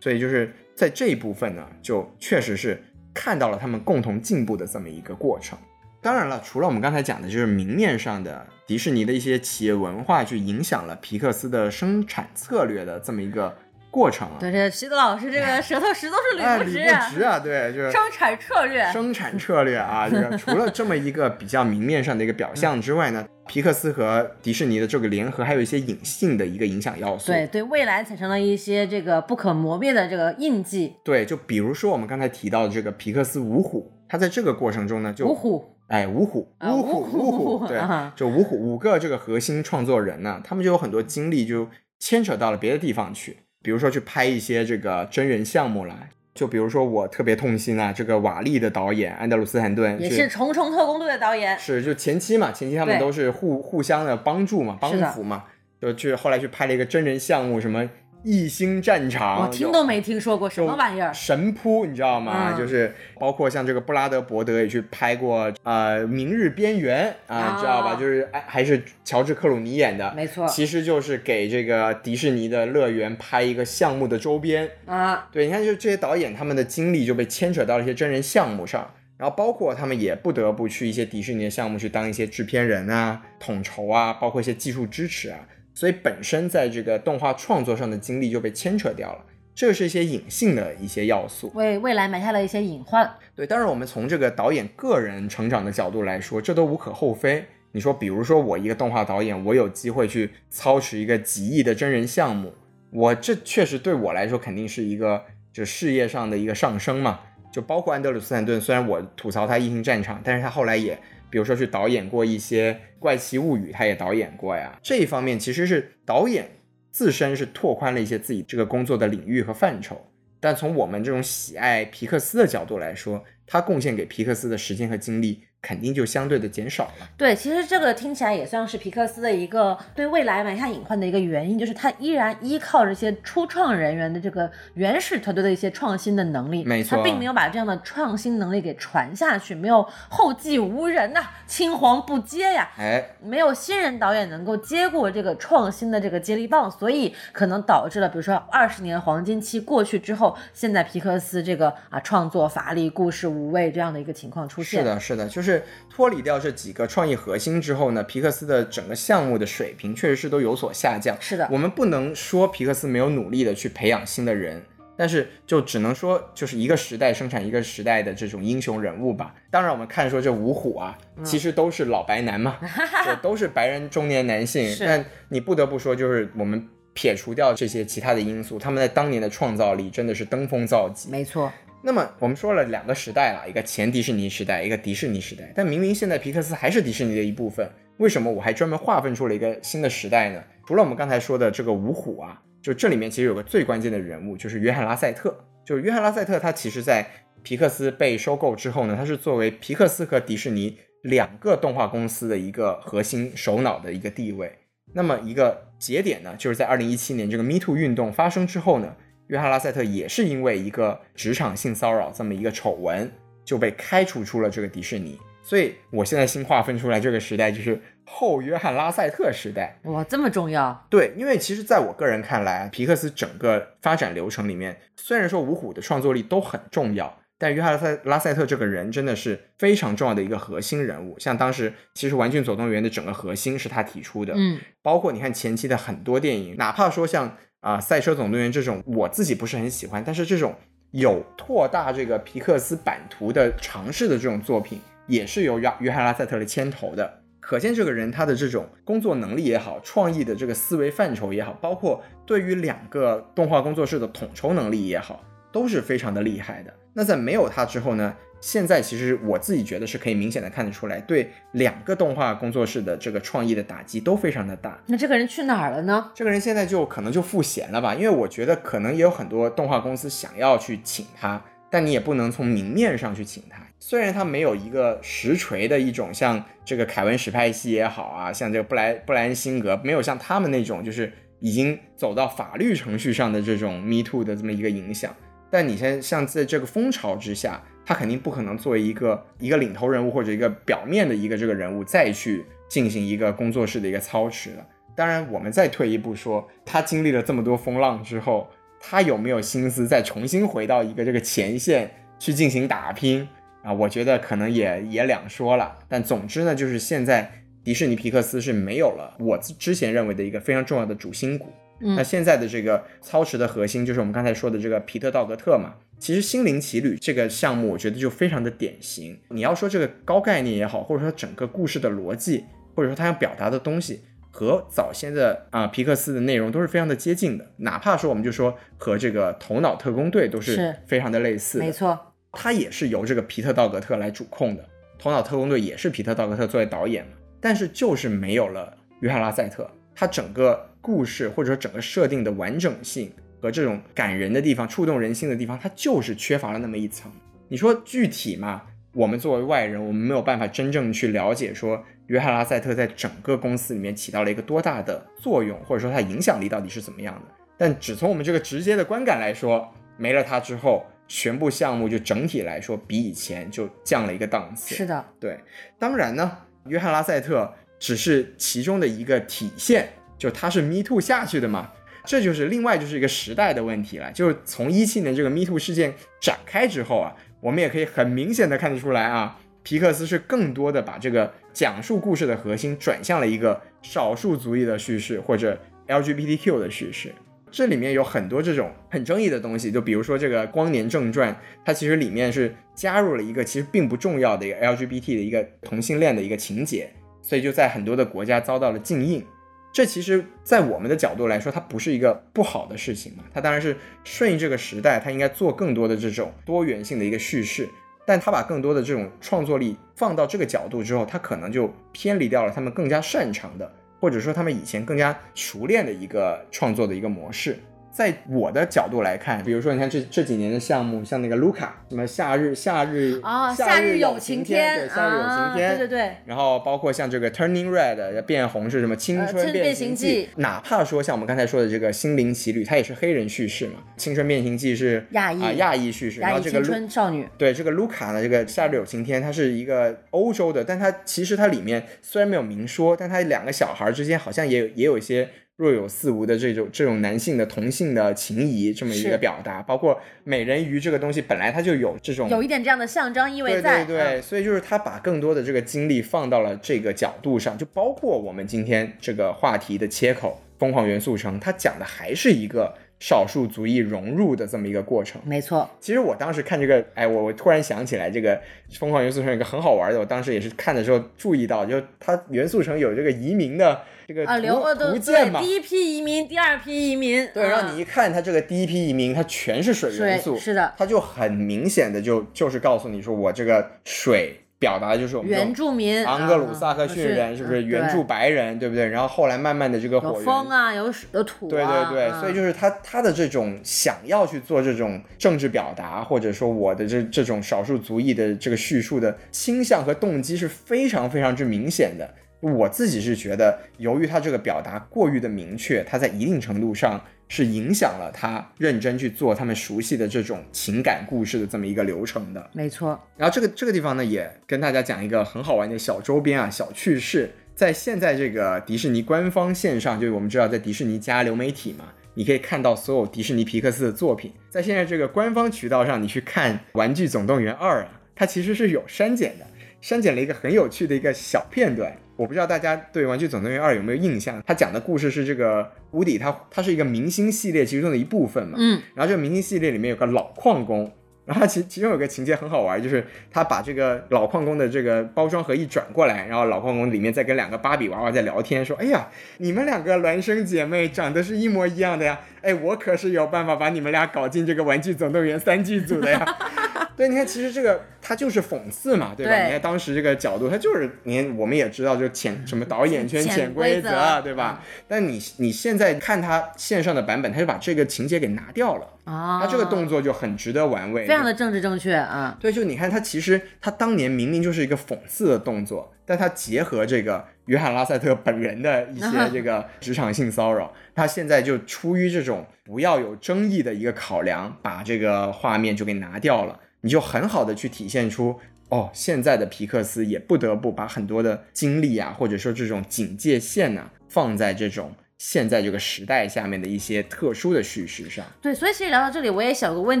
A: 所以就是在这一部分呢，就确实是看到了他们共同进步的这么一个过程。当然了，除了我们刚才讲的，就是明面上的迪士尼的一些企业文化去影响了皮克斯的生产策略的这么一个过程啊，
B: 对，这徐德老师这个舌头始终是
A: 哎，
B: 捋
A: 理
B: 直，
A: 不直啊，对，就是
B: 生产策略。
A: 生产策略啊，这个除了这么一个比较明面上的一个表
B: 嗯
A: 象之外呢，皮克斯和迪士尼的这个联合还有一些隐性的一个影响要素。
B: 对对，未来产生了一些这个不可磨灭的这个印记。
A: 对就比如说我们刚才提到的这个皮克斯五虎，它在这个过程中呢，就
B: 五虎，
A: 哎五虎
B: 啊
A: 五
B: 五
A: 虎
B: 虎
A: 五虎，对
B: 啊，
A: 就五虎五个这个核心创作人呢，他们就有很多精力就牵扯到了别的地方去，比如说去拍一些这个真人项目啦。就比如说我特别痛心啊，这个瓦力的导演安德鲁斯·汉顿
B: 也是《重重特工队》的导演，
A: 是就前期嘛，前期他们
B: 对
A: 都是互互相的帮助嘛，帮
B: 是的
A: 扶嘛，就去后来去拍了一个真人项目，什么异星战场，
B: 我听都没听说过什么玩意儿。
A: 神扑，你知道吗？
B: 嗯
A: 就是包括像这个布拉德伯德也去拍过，呃，《明日边缘》啊，
B: 啊
A: 知道吧？就是哎还是乔治克鲁尼演的，
B: 没错
A: 其实就是给这个迪士尼的乐园拍一个项目的周边。
B: 啊，
A: 对，你看，就这些导演他们的精力就被牵扯到了一些真人项目上，然后包括他们也不得不去一些迪士尼的项目去当一些制片人啊、统筹啊，包括一些技术支持啊，所以本身在这个动画创作上的精力就被牵扯掉了。这是一些隐性的一些要素，
B: 为未来埋下了一些隐患。
A: 对。当然，我们从这个导演个人成长的角度来说，这都无可厚非。你说，比如说我一个动画导演，我有机会去操持一个几亿的真人项目，我这确实对我来说肯定是一个就事业上的一个上升嘛。就包括安德鲁斯·汉顿，虽然我吐槽他《异形战场》，但是他后来也，比如说去导演过一些《怪奇物语》，他也导演过呀。这一方面其实是导演自身是拓宽了一些自己这个工作的领域和范畴。但从我们这种喜爱皮克斯的角度来说，他贡献给皮克斯的时间和精力肯定就相对的减少了。
B: 对，其实这个听起来也算是皮克斯的一个对未来埋下隐患的一个原因，就是它依然依靠这些初创人员的这个原始团队的一些创新的能力，
A: 没错
B: 它并没有把这样的创新能力给传下去，没有后继无人呐、青黄不接呀、
A: 哎，
B: 没有新人导演能够接过这个创新的这个接力棒，所以可能导致了，比如说二十年黄金期过去之后，现在皮克斯这个啊创作乏力、故事无味这样的一个情况出现。
A: 是，的，是的，就是脱离掉这几个创意核心之后呢，皮克斯的整个项目的水平确实是都有所下降。
B: 是的
A: 我们不能说皮克斯没有努力的去培养新的人，但是就只能说就是一个时代生产一个时代的这种英雄人物吧。当然，我们看说这五虎啊，
B: 嗯
A: 其实都是老白男 嘛，就都是白人中年男性。
B: 是
A: 但你不得不说，就是我们撇除掉这些其他的因素，他们在当年的创造力真的是登峰造极。
B: 没错，
A: 那么我们说了两个时代了，一个前迪士尼时代，一个迪士尼时代。但明明现在皮克斯还是迪士尼的一部分，为什么我还专门划分出了一个新的时代呢？除了我们刚才说的这个五虎啊，就这里面其实有个最关键的人物，就是约翰拉塞特。就是约翰拉塞特，他其实在皮克斯被收购之后呢，他是作为皮克斯和迪士尼两个动画公司的一个核心首脑的一个地位。那么一个节点呢，就是在二零一七年这个 Me Too 运动发生之后呢，约翰拉塞特也是因为一个职场性骚扰这么一个丑闻，就被开除出了这个迪士尼。所以我现在新划分出来这个时代就是后约翰拉塞特时代。
B: 哇，这么重要，
A: 对，因为其实在我个人看来，皮克斯整个发展流程里面，虽然说五虎的创作力都很重要，但约翰拉塞拉塞特这个人真的是非常重要的一个核心人物。像当时其实《玩具总动员》的整个核心是他提出的，
B: 嗯，
A: 包括你看前期的很多电影，哪怕说像啊、赛车总动员》这种，我自己不是很喜欢，但是这种有扩大这个皮克斯版图的尝试的这种作品，也是由约约翰拉塞特来牵头的。可见这个人他的这种工作能力也好，创意的这个思维范畴也好，包括对于两个动画工作室的统筹能力也好，都是非常的厉害的。那在没有他之后呢，现在其实我自己觉得是可以明显的看得出来，对两个动画工作室的这个创意的打击都非常的大。
B: 那这个人去哪儿了呢？
A: 这个人现在就可能就赋闲了吧，因为我觉得可能也有很多动画公司想要去请他，但你也不能从明面上去请他。虽然他没有一个实锤的一种像这个凯文史派西也好啊，像这个布莱布莱恩辛格，没有像他们那种就是已经走到法律程序上的这种 Me Too 的这么一个影响，但你像像在这个风潮之下，他肯定不可能作为一个一个领头人物或者一个表面的一个这个人物再去进行一个工作室的一个操持了。当然，我们再退一步说，他经历了这么多风浪之后，他有没有心思再重新回到一个这个前线去进行打拼啊？我觉得可能也也两说了。但总之呢，就是现在迪士尼皮克斯是没有了我之之前认为的一个非常重要的主心骨。
B: 嗯
A: 那现在的这个操持的核心就是我们刚才说的这个皮特·道格特嘛。其实《心灵奇旅》这个项目，我觉得就非常的典型。你要说这个高概念也好，或者说整个故事的逻辑，或者说他要表达的东西，和早先的啊、皮克斯的内容都是非常的接近的。哪怕说我们就说和这个《头脑特工队》都
B: 是
A: 是非常的类似的
B: 没错，
A: 它也是由这个皮特·道格特来主控的，《头脑特工队》也是皮特·道格特作为导演嘛，但是就是没有了约翰·拉塞特，他整个故事或者说整个设定的完整性和和这种感人的地方、触动人心的地方，它就是缺乏了那么一层。你说具体嘛，我们作为外人，我们没有办法真正去了解说约翰拉塞特在整个公司里面起到了一个多大的作用，或者说他影响力到底是怎么样的。但只从我们这个直接的观感来说，没了他之后，全部项目就整体来说比以前就降了一个档次。
B: 是的，
A: 对。当然呢，约翰拉塞特只是其中的一个体现，就他是 Me Too 下去的嘛。这就是另外就是一个时代的问题了，就是从一七年这个 Me Too 事件展开之后啊，我们也可以很明显的看得出来啊，皮克斯是更多的把这个讲述故事的核心转向了一个少数族裔的叙事或者 LGBTQ 的叙事。这里面有很多这种很争议的东西，就比如说这个《光年正传》，它其实里面是加入了一个其实并不重要的一个 LGBT 的一个同性恋的一个情节，所以就在很多的国家遭到了禁映。这其实，在我们的角度来说，它不是一个不好的事情嘛。它当然是顺应这个时代，它应该做更多的这种多元性的一个叙事。但他把更多的这种创作力放到这个角度之后，他可能就偏离掉了他们更加擅长的，或者说他们以前更加熟练的一个创作的一个模式。在我的角度来看，比如说，你看这这几年的项目，像那个卢卡，什么夏日夏日
B: 啊，
A: 夏
B: 日
A: 有
B: 晴
A: 天，
B: 天，
A: 对，夏日有晴天，
B: 啊对对对，
A: 然后包括像这个 Turning Red 变红是什么青
B: 呃
A: 春
B: 春
A: 变
B: 变
A: 形
B: 形
A: 记，
B: 记
A: 哪怕说像我们刚才说的这个心灵奇旅，它也是黑人叙事嘛，青春变形记是
B: 亚裔
A: 啊、亚裔叙事，然
B: 亚
A: 后
B: 裔
A: 这个
B: 青
A: 卢
B: 春少女，
A: 对这个卢卡呢，这个夏日有晴天，它是一个欧洲的，但它其实它里面虽然没有明说，但它两个小孩之间好像也有也有一些若有似无的这种这种男性的同性的情谊这么一个
B: 是
A: 表达，包括美人鱼这个东西本来它就有这种
B: 有一点这样的象征意味在，
A: 嗯
B: 嗯
A: 对对对，所以就是他把更多的这个精力放到了这个角度上，就包括我们今天这个话题的切口《疯狂元素城》，它讲的还是一个少数族裔融入的这么一个过程。
B: 嗯没错，
A: 其实我当时看这个，哎，我我突然想起来，这个《疯狂元素城》有一个很好玩的，我当时也是看的时候注意到，就它元素城有这个移民的这个图、
B: 啊，留呃
A: 图
B: 对
A: 鉴嘛
B: 对，，第一批移民，第二批移民，啊
A: 对，让你
B: 一
A: 一看它这个第一批移民，它全是水元
B: 水
A: 素，
B: 是的，
A: 它就很明显的就就是告诉你说，我这个水表达的就是我们这种
B: 原住民，
A: 昂格鲁
B: 啊
A: 萨克逊人是不是
B: 嗯
A: 原
B: 对
A: 住白人，对不对？然后后来慢慢的这个
B: 有
A: 火
B: 风
A: 源，
B: 啊，有水，有土啊，
A: 对对对，
B: 嗯
A: 所以就是他他的这种想要去做这种政治表达，或者说我的这这种少数族裔的这个叙述的倾向和动机是非常非常之明显的。我自己是觉得，由于他这个表达过于的明确，他在一定程度上是影响了他认真去做他们熟悉的这种情感故事的这么一个流程的。
B: 没错，
A: 然后这个这个地方呢，也跟大家讲一个很好玩的小周边啊，小趣事。在现在这个迪士尼官方线上，就是我们知道在迪士尼加流媒体嘛，你可以看到所有迪士尼皮克斯的作品。在现在这个官方渠道上，你去看《玩具总动员二》啊，它其实是有删减的，删减了一个很有趣的一个小片段。我不知道大家对《玩具总动员二》有没有印象？它讲的故事是这个无底，它它是一个明星系列其中的一部分嘛。
B: 嗯，
A: 然后这个明星系列里面有个老矿工，然后他其其中有个情节很好玩，就是他把这个老矿工的这个包装盒一转过来，然后老矿工里面在跟两个芭比娃娃在聊天，说：“哎呀，你们两个孪生姐妹长得是一模一样的呀，哎，我可是有办法把你们俩搞进这个《玩具总动员》三剧组的呀。” 对，你看，其实这个他就是讽刺嘛，对吧？
B: 对
A: 你看当时这个角度，他就是你看，我们也知道，就是潜什么导演圈
B: 潜
A: 潜
B: 规
A: 规
B: 则
A: 则，对吧？但你你现在看他线上的版本，他就把这个情节给拿掉了。
B: 啊，
A: 他这个动作就很值得玩味，
B: 非常的政治正确啊，
A: 对，就你看他其实他当年明明就是一个讽刺的动作，但他结合这个约翰拉塞特本人的一些这个职场性骚扰，他现在就出于这种不要有争议的一个考量，把这个画面就给拿掉了，你就很好的去体现出。哦，现在的皮克斯也不得不把很多的精力啊，或者说这种警戒线呐、放在这种现在这个时代下面的一些特殊的叙事上。
B: 对，所以其实聊到这里，我也想有个问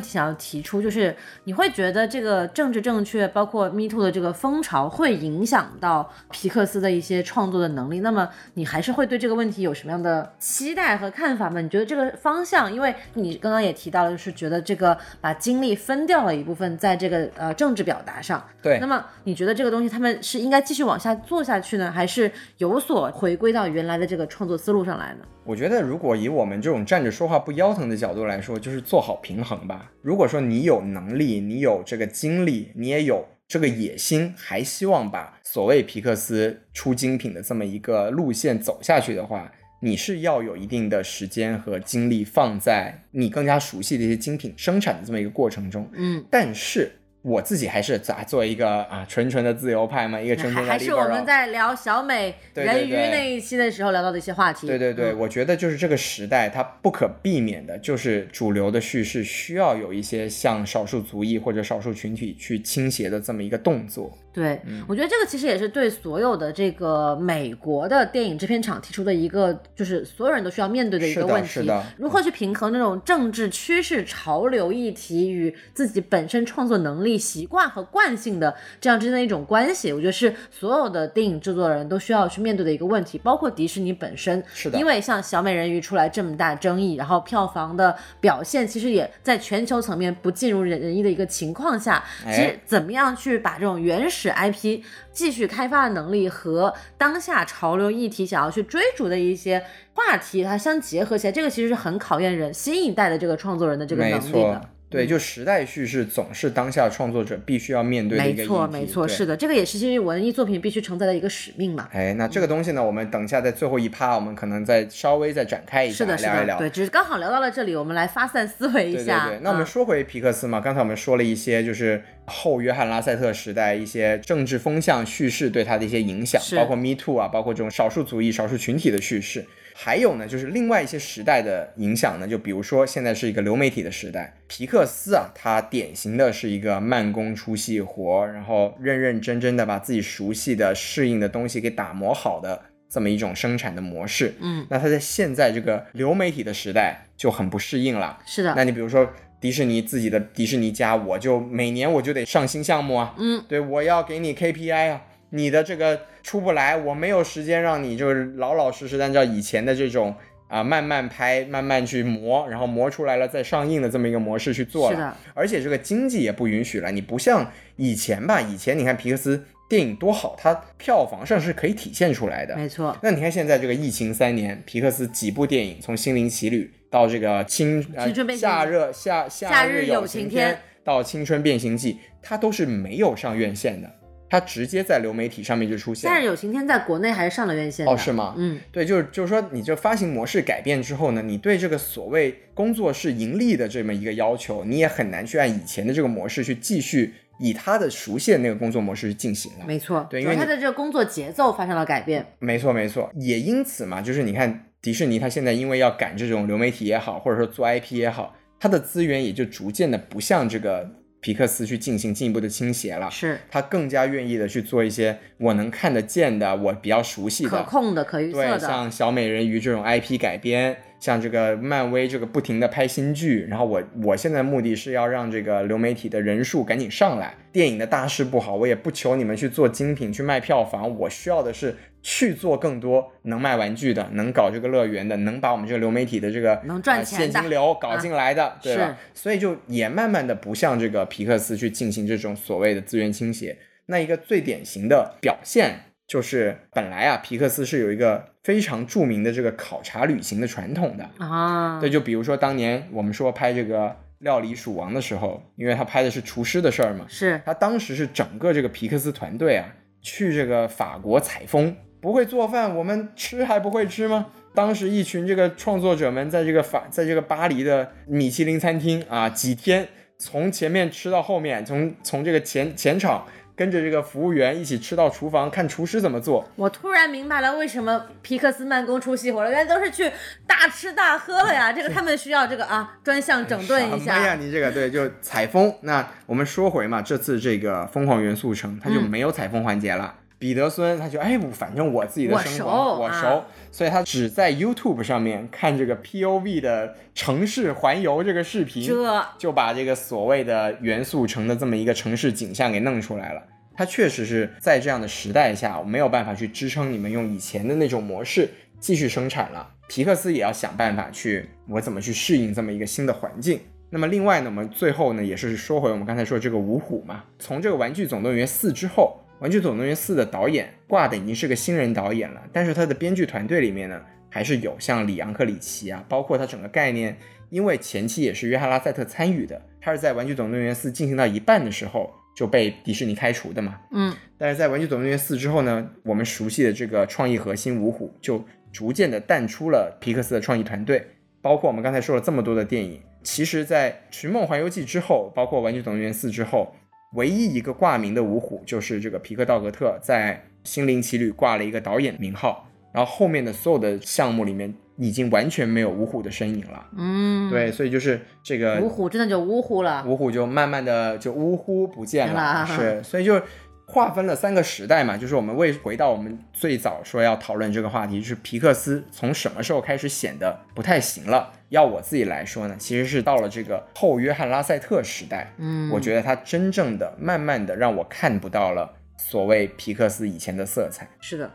B: 题想要提出，就是你会觉得这个政治正确，包括 Me Too 的这个风潮，会影响到皮克斯的一些创作的能力？那么你还是会对这个问题有什么样的期待和看法吗？你觉得这个方向，因为你刚刚也提到了，就是觉得这个把精力分掉了一部分在这个呃政治表达上，
A: 对
B: 那么你觉得这个东西他们是应该继续往下做下去呢，还是有所回归到原来的这个创作思路上来呢？
A: 我觉得，如果以我们这种站着说话不腰疼的角度来说，就是做好平衡吧。如果说你有能力，你有这个精力，你也有这个野心，还希望把所谓皮克斯出精品的这么一个路线走下去的话，你是要有一定的时间和精力放在你更加熟悉的一些精品生产的这么一个过程中。
B: 嗯，
A: 但是我自己还是咋作为一个啊纯纯的自由派嘛，一个纯
B: 还
A: 纯的
B: 还是我
A: liberal
B: 们在聊小美
A: 对对
B: 人鱼
A: 对
B: 那一期的时候聊到的一些话题。
A: 对对对，
B: 嗯
A: 我觉得就是这个时代，它不可避免的就是主流的叙事需要有一些向少数族裔或者少数群体去倾斜的这么一个动作。
B: 对，
A: 嗯
B: 我觉得这个其实也是对所有的这个美国的电影制片厂提出的一个，就是所有人都需要面对的一
A: 是
B: 个
A: 的
B: 问
A: 是
B: 题
A: 的，
B: 如何去平衡那种政治趋势、潮流议题与自己本身创作能力、习惯和惯性的这样之间的一种关系。我觉得是所有的电影制作人都需要去面对的一个问题，包括迪士尼本身，
A: 是的
B: 因为像小美人鱼出来这么大争议，然后票房的表现其实也在全球层面不尽如人人意的一个情况下，其
A: 哎
B: 实怎么样去把这种原始 IP 继续开发的能力和当下潮流议题想要去追逐的一些话题，它相结合起来，这个其实是很考验人新一代的这个创作人的这个
A: 没
B: 能力嗯
A: 错
B: 的。，
A: 对，就时代叙事总是当下创作者必须要面对的一
B: 没
A: 个议题。
B: 错，没错，
A: 对
B: 是的，这个也是其实文艺作品必须承载的一个使命嘛。
A: 哎，那这个东西呢，我们等一下在最后一趴，我们可能再稍微再展开一
B: 是
A: 下，
B: 的，是
A: 哎聊一
B: 的，
A: 聊。
B: 对，只是刚好聊到了这里，我们来发散思维一
A: 对对
B: 下。
A: 对，那我们
B: 嗯
A: 说回皮克斯嘛，刚才我们说了一些就是后约翰拉塞特时代一些政治风向叙事对他的一些影响，
B: 是
A: 包括 Me Too 啊，包括这种少数族裔、少数群体的叙事。还有呢，就是另外一些时代的影响呢，就比如说现在是一个流媒体的时代，皮克斯啊，它典型的是一个慢工出细活，然后认认真真的把自己熟悉的、适应的东西给打磨好的这么一种生产的模式。
B: 嗯，
A: 那它在现在这个流媒体的时代就很不适应了，
B: 是的，
A: 那你比如说迪士尼自己的迪士尼家，我就每年我就得上新项目啊，
B: 嗯，
A: 对我要给你 KPI 啊，你的这个出不来，我没有时间让你就是老老实实地按照以前的这种啊、慢慢拍，慢慢去磨，然后磨出来了再上映的这么一个模式去做
B: 是
A: 了。
B: 的，
A: 而且这个经济也不允许了。你不像以前吧，以前你看皮克斯电影多好，它票房上是可以体现出来的。
B: 没错，
A: 那你看现在这个疫情三年，皮克斯几部电影，从《心灵奇旅》到这个青呃
B: 青春变形
A: 夏热夏夏
B: 夏日
A: 日
B: 有
A: 有
B: 晴
A: 晴
B: 天
A: 天到《青春变形记》，它都是没有上院线的，它直接在流媒体上面就出现
B: 但是
A: 了。
B: 有晴天在国内还是上了院线的。
A: 哦，是吗？
B: 嗯，
A: 对，就是就是说，你这发行模式改变之后呢，你对这个所谓工作室盈利的这么一个要求，你也很难去按以前的这个模式去继续以它的熟悉的那个工作模式去进行了。
B: 没错，
A: 对
B: 主
A: 因
B: 要
A: 为
B: 他
A: 你
B: 的这个工作节奏发生了改变。
A: 没错，没错，也因此嘛，就是你看迪士尼，它现在因为要赶这种流媒体也好，或者说做 IP 也好，它的资源也就逐渐的不向这个皮克斯去进行进一步的倾斜了。
B: 是
A: 它更加愿意的去做一些我能看得见的、我比较熟悉
B: 可
A: 的，
B: 控的、可预测
A: 对，
B: 的。
A: 像小美人鱼这种 IP 改编，像这个漫威这个不停的拍新剧，然后我我现在目的是要让这个流媒体的人数赶紧上来。电影的大势不好，我也不求你们去做精品去卖票房，我需要的是去做更多能卖玩具的，能搞这个乐园的，能把我们这个流媒体的这个
B: 能赚
A: 呃
B: 钱
A: 现
B: 的
A: 金流搞
B: 啊
A: 进来的，对吧？所以就也慢慢的不向这个皮克斯去进行这种所谓的资源倾斜。那一个最典型的表现就是，本来啊，皮克斯是有一个非常著名的这个考察旅行的传统的。
B: 啊，
A: 对，就比如说当年我们说拍这个《料理鼠王》的时候，因为他拍的是厨师的事儿嘛，
B: 是
A: 他当时是整个这个皮克斯团队啊，去这个法国采风，不会做饭，我们吃还不会吃吗？当时一群这个创作者们在这个法，在这个巴黎的米其林餐厅啊，几天从前面吃到后面，从从这个前前场跟着这个服务员一起吃到厨房，看厨师怎么做。
B: 我突然明白了为什么皮克斯慢工出细活了，原来都是去大吃大喝了呀。这个他们需要这个啊，专项整顿一
A: 什么呀，
B: 下。
A: 你这个对，就采风。那我们说回嘛，这次这个疯狂元素城，它就
B: 嗯
A: 没有采风环节了。彼得孙他就哎，我反正我自己的
B: 我
A: 生
B: 熟
A: 活我
B: 啊
A: 熟，所以他只在 YouTube 上面看这个 POV 的城市环游这个视频，
B: 这
A: 就把这个所谓的元素城的这么一个城市景象给弄出来了。它确实是在这样的时代下，没有办法去支撑你们用以前的那种模式继续生产了。皮克斯也要想办法去，我怎么去适应这么一个新的环境。那么另外呢，我们最后呢也是说回我们刚才说这个五虎嘛，从这个《玩具总动员四》之后，《玩具总动员四》的导演挂的已经是个新人导演了，但是他的编剧团队里面呢，还是有像里昂克里奇啊，包括他整个概念，因为前期也是约翰拉塞特参与的，他是在《玩具总动员四》进行到一半的时候就被迪士尼开除的嘛。
B: 嗯，
A: 但是在《玩具总动员四》之后呢，我们熟悉的这个创意核心五虎就逐渐的淡出了皮克斯的创意团队。包括我们刚才说了这么多的电影，其实，在《寻梦环游记》之后，包括《玩具总动员四》之后，唯一一个挂名的五虎就是这个皮克道格特在《心灵奇旅》挂了一个导演名号，然后后面的所有的项目里面已经完全没有五虎的身影了。
B: 嗯，
A: 对，所以就是这个
B: 芜湖真的就芜湖了。
A: 五虎就慢慢的就呜呼不见
B: 没了
A: 了，
B: 啊
A: 是，所以就划分了三个时代嘛，就是我们为回到我们最早说要讨论这个话题，就是皮克斯从什么时候开始显得不太行了？要我自己来说呢，其实是到了这个后约翰拉塞特时代，
B: 嗯，
A: 我觉得他真正的慢慢的让我看不到了所谓皮克斯以前的色彩。
B: 是的，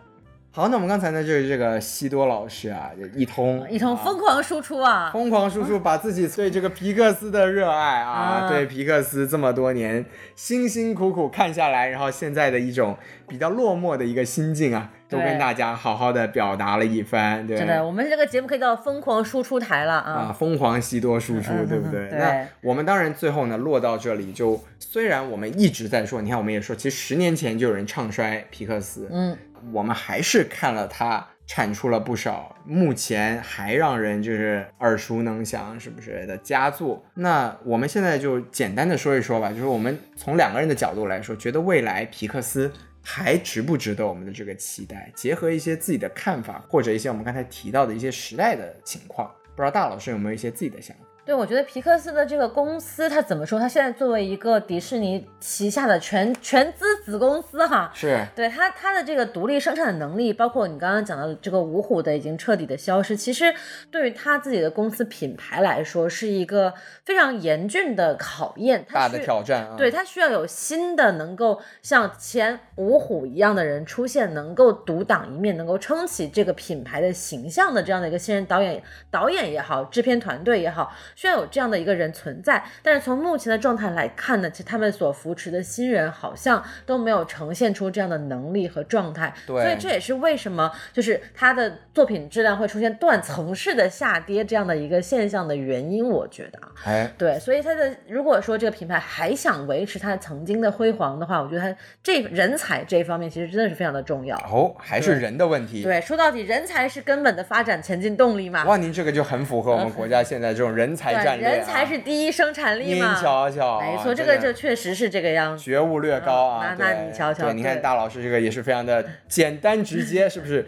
A: 好，那我们刚才呢，就是这个西多老师啊，就一通
B: 一通
A: 啊
B: 疯狂输出啊，
A: 疯狂叔叔把自己对这个皮克斯的热爱啊，
B: 啊
A: 对皮克斯这么多年辛辛苦苦看下来，然后现在的一种比较落寞的一个心境啊，都
B: 对
A: 跟大家好好的表达了一番，对
B: 真的，我们这个节目可以叫疯狂输出台了
A: 啊，
B: 啊。
A: 疯狂西多叔叔，
B: 嗯
A: 对不
B: 嗯
A: 对？
B: 对
A: 那我们当然最后呢落到这里就，虽然我们一直在说，你看我们也说，其实十年前就有人唱衰皮克斯，
B: 嗯，
A: 我们还是看了他产出了不少，目前还让人就是耳熟能详，是不是的佳作？那我们现在就简单的说一说吧，就是我们从两个人的角度来说，觉得未来皮克斯还值不值得我们的这个期待？结合一些自己的看法，或者一些我们刚才提到的一些时代的情况，不知道大老师有没有一些自己的想法？
B: 对，我觉得皮克斯的这个公司，它怎么说？它现在作为一个迪士尼旗下的全全资子公司哈，
A: 是
B: 对它它的这个独立生产的能力，包括你刚刚讲到的这个五虎的已经彻底的消失，其实对于它自己的公司品牌来说，是一个非常严峻的考验。它
A: 大的
B: 需
A: 挑战啊！
B: 对，它需要有新的能够像前五虎一样的人出现，能够独当一面，能够撑起这个品牌的形象的这样的一个新人导演，导演也好，制片团队也好，需要有这样的一个人存在。但是从目前的状态来看呢，其实他们所扶持的新人好像都没有呈现出这样的能力和状态，
A: 对
B: 所以这也是为什么就是他的作品质量会出现断层式的下跌这样的一个现象的原因，我觉得啊。
A: 哎，
B: 对，所以它的如果说这个品牌还想维持它曾经的辉煌的话，我觉得它这人才这一方面其实真的是非常的重要。
A: 哦，还是人的问题。
B: 对，说到底，人才是根本的发展前进动力嘛。
A: 哇，您这个就很符合我们国家现在这种人才
B: 对，
A: 战略、啊，
B: 人才是第一生产力
A: 您
B: 嘛。
A: 瞧瞧啊，
B: 没错，这
A: 真
B: 个
A: 的
B: 就确实是这个样子。
A: 觉悟略高啊。
B: 嗯那那
A: 对
B: 你瞧瞧
A: 对，你看
B: 对
A: 大老师这个也是非常 的简单直接，是不是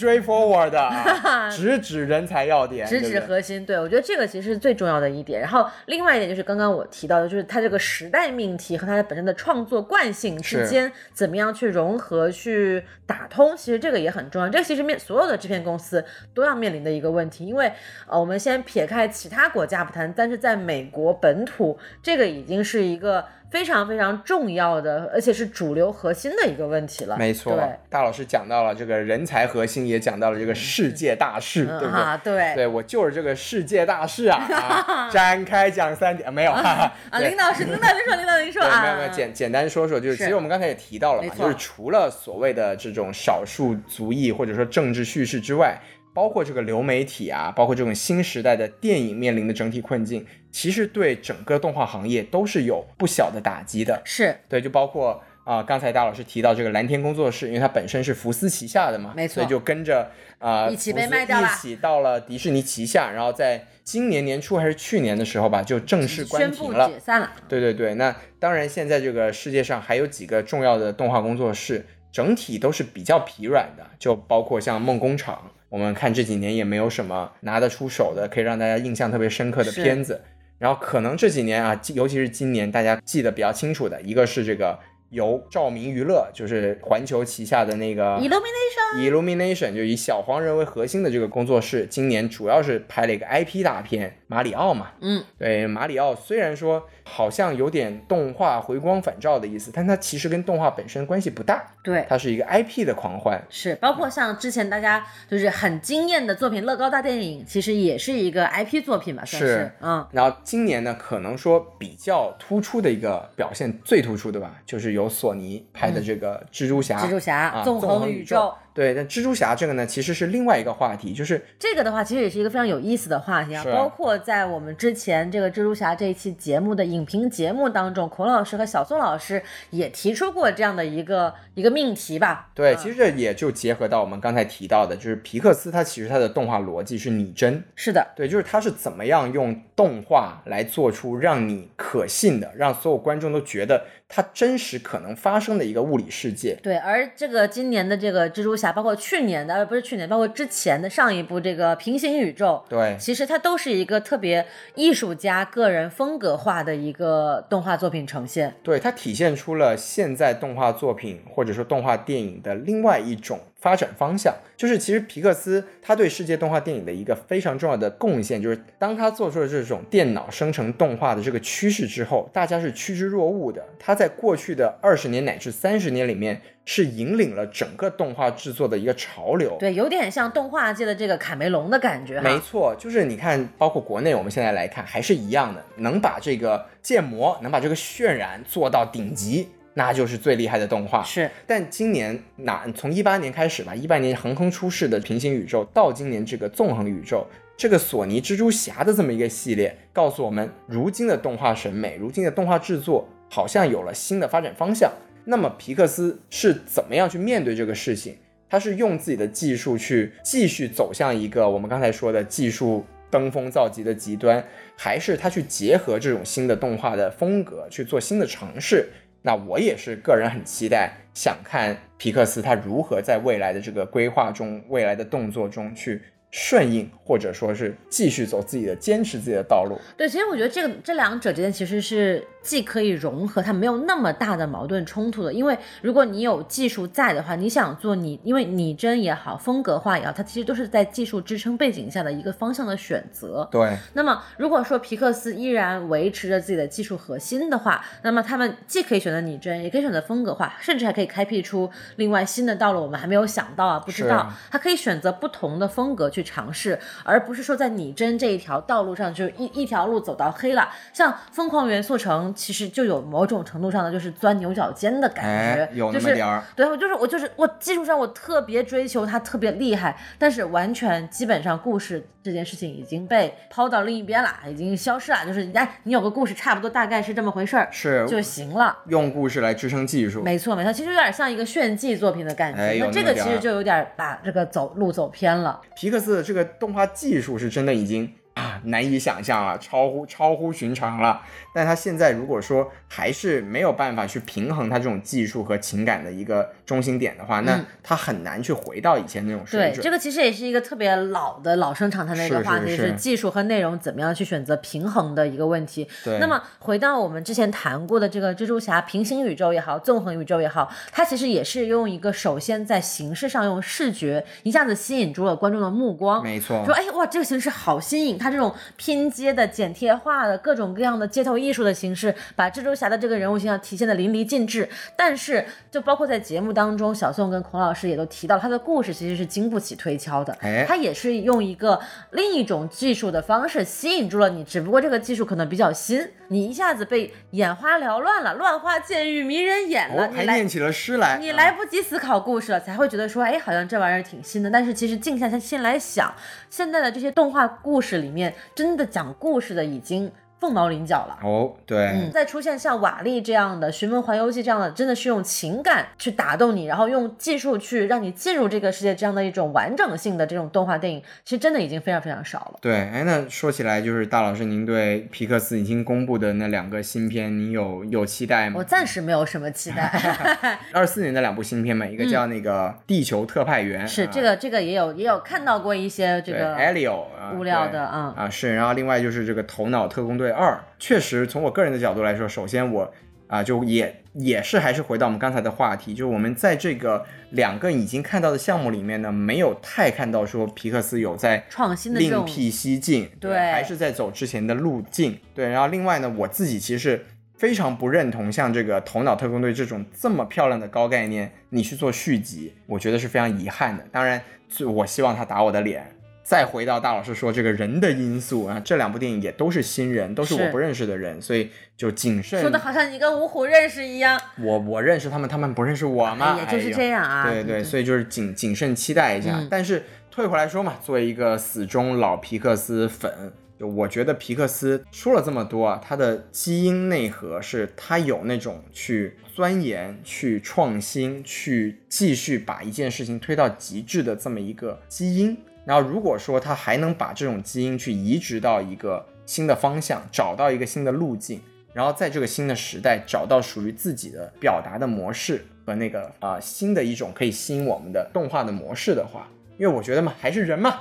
A: straightforward 的 啊？直指人才要点，
B: 直
A: 对
B: 指
A: 不对
B: 核心，对我觉得这个其实是最重要的一点。然后另外一点就是刚刚我提到的，就是它这个时代命题和它的本身的创作惯性之
A: 是
B: 间怎么样去融合、去打通，其实这个也很重要。这个其实面所有的制片公司都要面临的一个问题，因为呃，我们先撇开其他国家不谈，但是在美国本土，这个已经是一个非常非常重要的，而且是主流核心的一个问题了。
A: 没错
B: 对，，
A: 大老师讲到了这个人才核心，也讲到了这个世界大事，对
B: 嗯
A: 不对？
B: 啊，对
A: 对我就是这个世界大事啊！ 啊展开讲三点，没有哈哈
B: 啊，
A: 对
B: 领导是领导，您说，领导您说
A: 对，
B: 啊，
A: 没有没有，简简单说说，就是其
B: 是
A: 实我们刚才也提到了嘛
B: 没，错
A: 就是除了所谓的这种少数族裔或者说政治叙事之外，包括这个流媒体啊，包括这种新时代的电影面临的整体困境，其实对整个动画行业都是有不小的打击的。
B: 是
A: 对，就包括啊、呃刚才大老师提到这个蓝天工作室，因为它本身是福斯旗下的嘛，
B: 没错
A: 所以就跟着啊、呃
B: 一起被
A: 福斯
B: 卖掉了
A: 一起到了迪士尼旗下，然后在今年年初还是去年的时候吧，就正式关
B: 宣
A: 停
B: 布
A: 了。
B: 解散了。
A: 对对对，那当然，现在这个世界上还有几个重要的动画工作室，整体都是比较疲软的，就包括像梦工厂，我们看这几年也没有什么拿得出手的，可以让大家印象特别深刻的
B: 是
A: 片子。然后可能这几年啊，记尤其是今年，大家记得比较清楚的，一个是这个由照明娱乐，就是环球旗下的那个
B: Illumination，
A: Illumination 就以小黄人为核心的这个工作室，今年主要是拍了一个 IP 大片《马里奥》嘛。
B: 嗯，
A: 对，马里奥虽然说好像有点动画回光返照的意思，但它其实跟动画本身关系不大，
B: 对，
A: 它是一个 IP 的狂欢。
B: 是包括像之前大家就是很惊艳的作品《乐高大电影》，其实也是一个 IP 作品吧，算
A: 是
B: 嗯，
A: 然后今年呢，可能说比较突出的一个表现，最突出的吧，就是由索尼拍的这个《蜘蛛侠》
B: 嗯蜘蛛侠、
A: 啊
B: 纵
A: 纵横
B: 横
A: 宇
B: 宇宙，
A: 对，但蜘蛛侠这个呢，其实是另外一个话题，就是
B: 这个的话，其实也是一个非常有意思的话题啊。
A: 是
B: 包括在我们之前这个蜘蛛侠这一期节目的影评节目当中，孔老师和小宋老师也提出过这样的一个一个命题吧。
A: 对，
B: 嗯
A: 其实这也就结合到我们刚才提到的，就是皮克斯它其实它的动画逻辑是拟真，
B: 是的，
A: 对，就是它是怎么样用动画来做出让你可信的，让所有观众都觉得它真实可能发生的一个物理世界。
B: 对。而这个今年的这个蜘蛛侠，包括去年的，呃，不是去年，包括之前的上一部这个平行宇宙。
A: 对，
B: 其实它都是一个特别艺术家个人风格化的一个动画作品呈现。
A: 对，它体现出了现在动画作品或者说动画电影的另外一种发展方向，就是其实皮克斯他对世界动画电影的一个非常重要的贡献，就是当他做出了这种电脑生成动画的这个趋势之后，大家是趋之若鹜的。他在过去的二十年乃至三十年里面，是引领了整个动画制作的一个潮流。
B: 对，有点像动画界的这个卡梅隆的感觉哈。
A: 没错，就是你看，包括国内我们现在来看还是一样的，能把这个建模，能把这个渲染做到顶级，那就是最厉害的动画。
B: 是
A: 但今年哪从一八年开始吧，一八年横空出世的平行宇宙，到今年这个纵横宇宙，这个索尼蜘蛛侠的这么一个系列，告诉我们如今的动画审美，如今的动画制作好像有了新的发展方向。那么皮克斯是怎么样去面对这个事情？他是用自己的技术去继续走向一个我们刚才说的技术登峰造极的极端，还是他去结合这种新的动画的风格去做新的尝试？那我也是个人很期待，想看皮克斯他如何在未来的这个规划中、未来的动作中去顺应，或者说是继续走自己的、坚持自己的道路。
B: 对，其实我觉得这个这两者之间其实是既可以融合，它没有那么大的矛盾冲突的。因为如果你有技术在的话，你想做你，因为拟真也好，风格化也好，它其实都是在技术支撑背景下的一个方向的选择。
A: 对，
B: 那么，如果说皮克斯依然维持着自己的技术核心的话，那么他们既可以选择拟真，也可以选择风格化，甚至还可以开辟出另外新的道路，我们还没有想到啊，不知道
A: 是。
B: 他可以选择不同的风格去尝试，而不是说在拟真这一条道路上就一一条路走到黑了。像《疯狂元素城》其实就有某种程度上的就是钻牛角尖的感觉，
A: 哎有那
B: 就
A: 么
B: 是
A: 点儿
B: 对，我就是我就是我技术上我特别追求它特别厉害，但是完全基本上故事这件事情已经被抛到另一边了，已经消失了。就是哎，你有个故事，差不多大概是这么回事儿
A: 是
B: 就行了。
A: 用故事来支撑技术。
B: 没错，没错，其实有点像一个炫技作品的感觉。
A: 哎有那
B: 那这
A: 么
B: 个
A: 点
B: 其实
A: 儿
B: 就有点把这个走路走偏了。
A: 皮克斯的这个动画技术是真的已经啊难以想象了，超乎超乎寻常了。但他现在如果说还是没有办法去平衡他这种技术和情感的一个中心点的话，那
B: 嗯
A: 他很难去回到以前那种水
B: 对，
A: 准。
B: 这个其实也是一个特别老的老生常谈的一个
A: 是
B: 话
A: 是
B: 题，
A: 是
B: 就是技术和内容怎么样去选择平衡的一个问题。
A: 对
B: 那么回到我们之前谈过的这个蜘蛛侠平行宇宙也好，纵横宇宙也好，它其实也是用一个首先在形式上用视觉一下子吸引住了观众的目光。
A: 没错
B: 说，哎哇，这个形式好新颖！它这种拼接的、剪贴画的各种各样的街头艺术的形式，把蜘蛛侠的这个人物形象体现的淋漓尽致。但是，就包括在节目当中，小宋跟孔老师也都提到，他的故事其实是经不起推敲的。
A: 哎
B: 他也是用一个另一种技术的方式吸引住了你，只不过这个技术可能比较新，你一下子被眼花缭乱了，乱花渐欲迷人眼了，
A: 哦，
B: 你
A: 还
B: 来
A: 念起了诗来，
B: 你
A: 啊
B: 来不及思考故事了，才会觉得说，哎，好像这玩意儿挺新的。但是其实静下心来想，现在的这些动画故事里面，真的讲故事的已经凤毛麟角了。
A: 哦，对，
B: 嗯，再出现像瓦力这样的《寻梦环游记》这样的，真的是用情感去打动你，然后用技术去让你进入这个世界这样的一种完整性的这种动画电影，其实真的已经非常非常少了。
A: 对，哎，那说起来，就是大老师，您对皮克斯已经公布的那两个新片，您有有期待吗？
B: 我暂时没有什么期 待，
A: 二四年的两部新片嘛，一个叫那个《地球特派员》，
B: 嗯是
A: 啊
B: 这个这个也有也有看到过一些这
A: 对
B: 个
A: e l i o 啊
B: 无聊
A: 对
B: 的啊
A: 啊是，然后另外就是这个《头脑特工队二》，确实从我个人的角度来说，首先我啊就也也是还是回到我们刚才的话题，就是我们在这个两个已经看到的项目里面呢，没有太看到说皮克斯有在
B: 创新的这
A: 另
B: 种
A: 辟蹊径，
B: 对
A: 还是在走之前的路径，对。然后另外呢，我自己其实非常不认同像这个《头脑特工队》这种这么漂亮的高概念，你去做续集，我觉得是非常遗憾的。当然，最我希望他打我的脸。再回到大老师说这个人的因素啊，这两部电影也都是新人，都是
B: 是
A: 我不认识的人，所以就谨慎。
B: 说的好像你跟五虎认识一样，
A: 我我认识他们，他们不认识我嘛，
B: 也就是
A: 哎呦
B: 这样啊。
A: 对对，所以就是谨谨慎期待一下。
B: 嗯
A: 但是退回来说嘛，作为一个死忠老皮克斯粉，就我觉得皮克斯说了这么多，啊，他的基因内核是他有那种去钻研、去创新、去继续把一件事情推到极致的这么一个基因。然后如果说他还能把这种基因去移植到一个新的方向，找到一个新的路径。然后在这个新的时代找到属于自己的表达的模式和那个啊、呃新的一种可以吸引我们的动画的模式的话，因为我觉得嘛还是人嘛，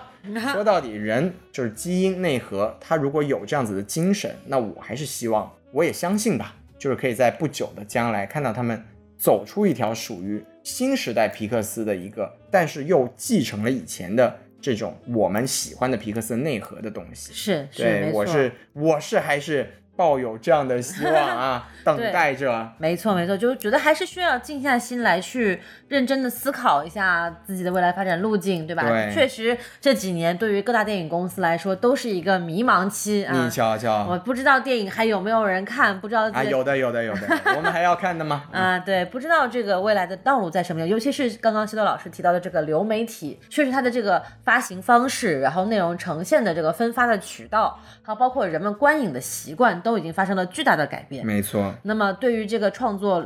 A: 说到底人就是基因内核，他如果有这样子的精神，那我还是希望我也相信吧，就是可以在不久的将来看到他们走出一条属于新时代皮克斯的一个，但是又继承了以前的这种我们喜欢的皮克斯内核的东西。
B: 是是，
A: 对
B: 没，错，
A: 我是我是还是抱有这样的希望 啊，等待着。
B: 没错没错，就是觉得还是需要静下心来去认真的思考一下自己的未来发展路径，对吧？
A: 对
B: 确实这几年对于各大电影公司来说都是一个迷茫期啊。
A: 你瞧
B: 我
A: 瞧
B: 不知道电影还有没有人看，不知道自
A: 啊，
B: 己的
A: 有的有的有的，我们还要看的吗？
B: 啊，对，不知道这个未来的道路在什么样，尤其是刚刚西多老师提到的这个流媒体，确实它的这个发行方式，然后内容呈现的这个分发的渠道，还有包括人们观影的习惯，都已经发生了巨大的改变。
A: 没错，
B: 那么对于这个创作呃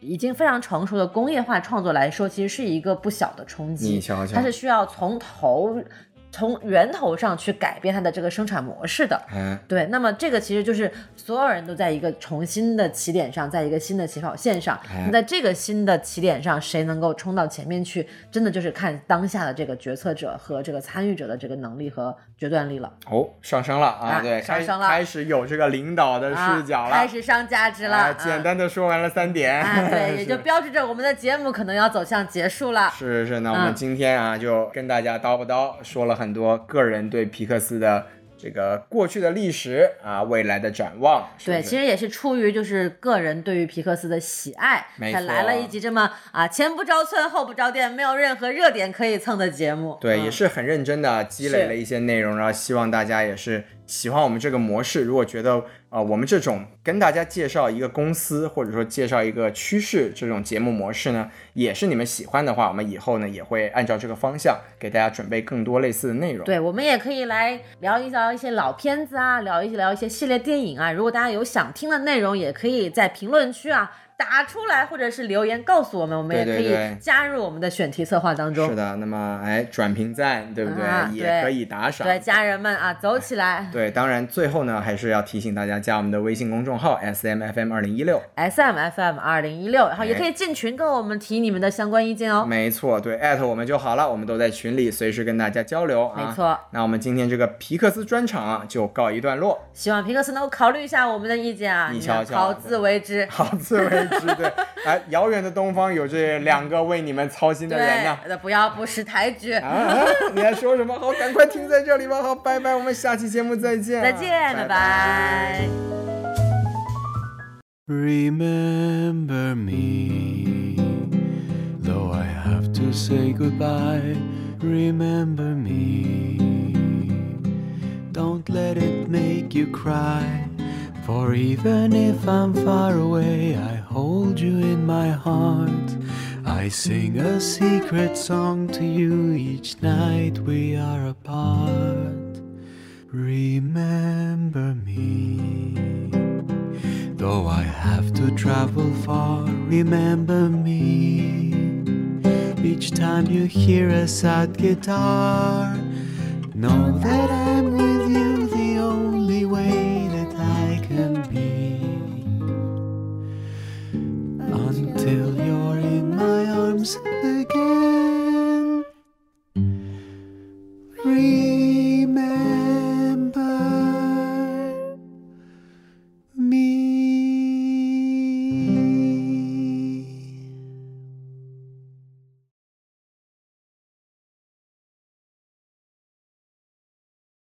B: 已经非常成熟的工业化创作来说，其实是一个不小的冲
A: 你
B: 击，
A: 瞧瞧
B: 它，是需要从头从源头上去改变它的这个生产模式的。
A: 哎，
B: 对，那么这个其实就是所有人都在一个重新的起点上，在一个新的起跑线上。
A: 哎
B: 那在这个新的起点上，谁能够冲到前面去，真的就是看当下的这个决策者和这个参与者的这个能力和决断力了。
A: 哦，上升了啊，
B: 啊
A: 对，
B: 上
A: 开
B: 升了
A: 开始有这个领导的视角
B: 啊、
A: 了，
B: 开始上价值了，
A: 哎
B: 啊
A: 简。单的说完了三 点，
B: 啊，对，也
A: 是
B: 就标志着我们的节目可能要走向结束了。
A: 是是，那我们
B: 嗯
A: 今天啊，就跟大家叨不叨说了很多个人对皮克斯的这个过去的历史啊，未来的展望。是不
B: 对，
A: 是
B: 其实也是出于就是个人对于皮克斯的喜爱，
A: 没
B: 才
A: 错
B: 来了一集这么啊前不着村后不着店，没有任何热点可以蹭的节目。
A: 对，
B: 嗯
A: 也是很认真的积累
B: 是
A: 了一些内容，然后希望大家也是喜欢我们这个模式。如果觉得呃我们这种跟大家介绍一个公司或者说介绍一个趋势这种节目模式呢，也是你们喜欢的话，我们以后呢也会按照这个方向给大家准备更多类似的内容。
B: 对，我们也可以来聊一聊一些老片子啊，聊一聊一些系列电影啊。如果大家有想听的内容，也可以在评论区啊打出来，或者是留言告诉我们，我们
A: 对
B: 也
A: 对
B: 可以
A: 对
B: 加入我们的选题策划当中。
A: 是的，那么哎，转评赞对不对？
B: 啊
A: 也
B: 对
A: 可以打赏。
B: 对，家人们啊，走起来
A: 对，当然最后呢，还是要提醒大家加我们的微信公众号 S M F M 二零一六。
B: ！S M F M 二零一六，然后也
A: 哎
B: 可以进群跟我们提你们的相关意见哦。
A: 没错，对，艾特我们就好了，我们都在群里随时跟大家交流啊。
B: 没错，
A: 那我们今天这个皮克斯专场啊，就告一段落，
B: 希望皮克斯能够考虑一下我们的意见啊，
A: 你
B: 看
A: 瞧瞧
B: 好自为之。
A: 好自为之。 对，哎，遥远的东方有这两个为你们操心的人呢、
B: 对，不要不识抬举。
A: 啊。你还说什么？好，赶快停在这里吧。好，拜拜，我们下期节目再见啊。
B: 再见，拜拜
C: Remember me, though I have to say goodbye. Remember me, don't let it make you cry. For even if I'm far away, I hold you in my heart. I sing a secret song to you each night we are apart. Remember me. Though I have to travel far, remember me. Each time you hear a sad guitar, know that I'm with you the only way that I can be. Until you're in my arms again. Remember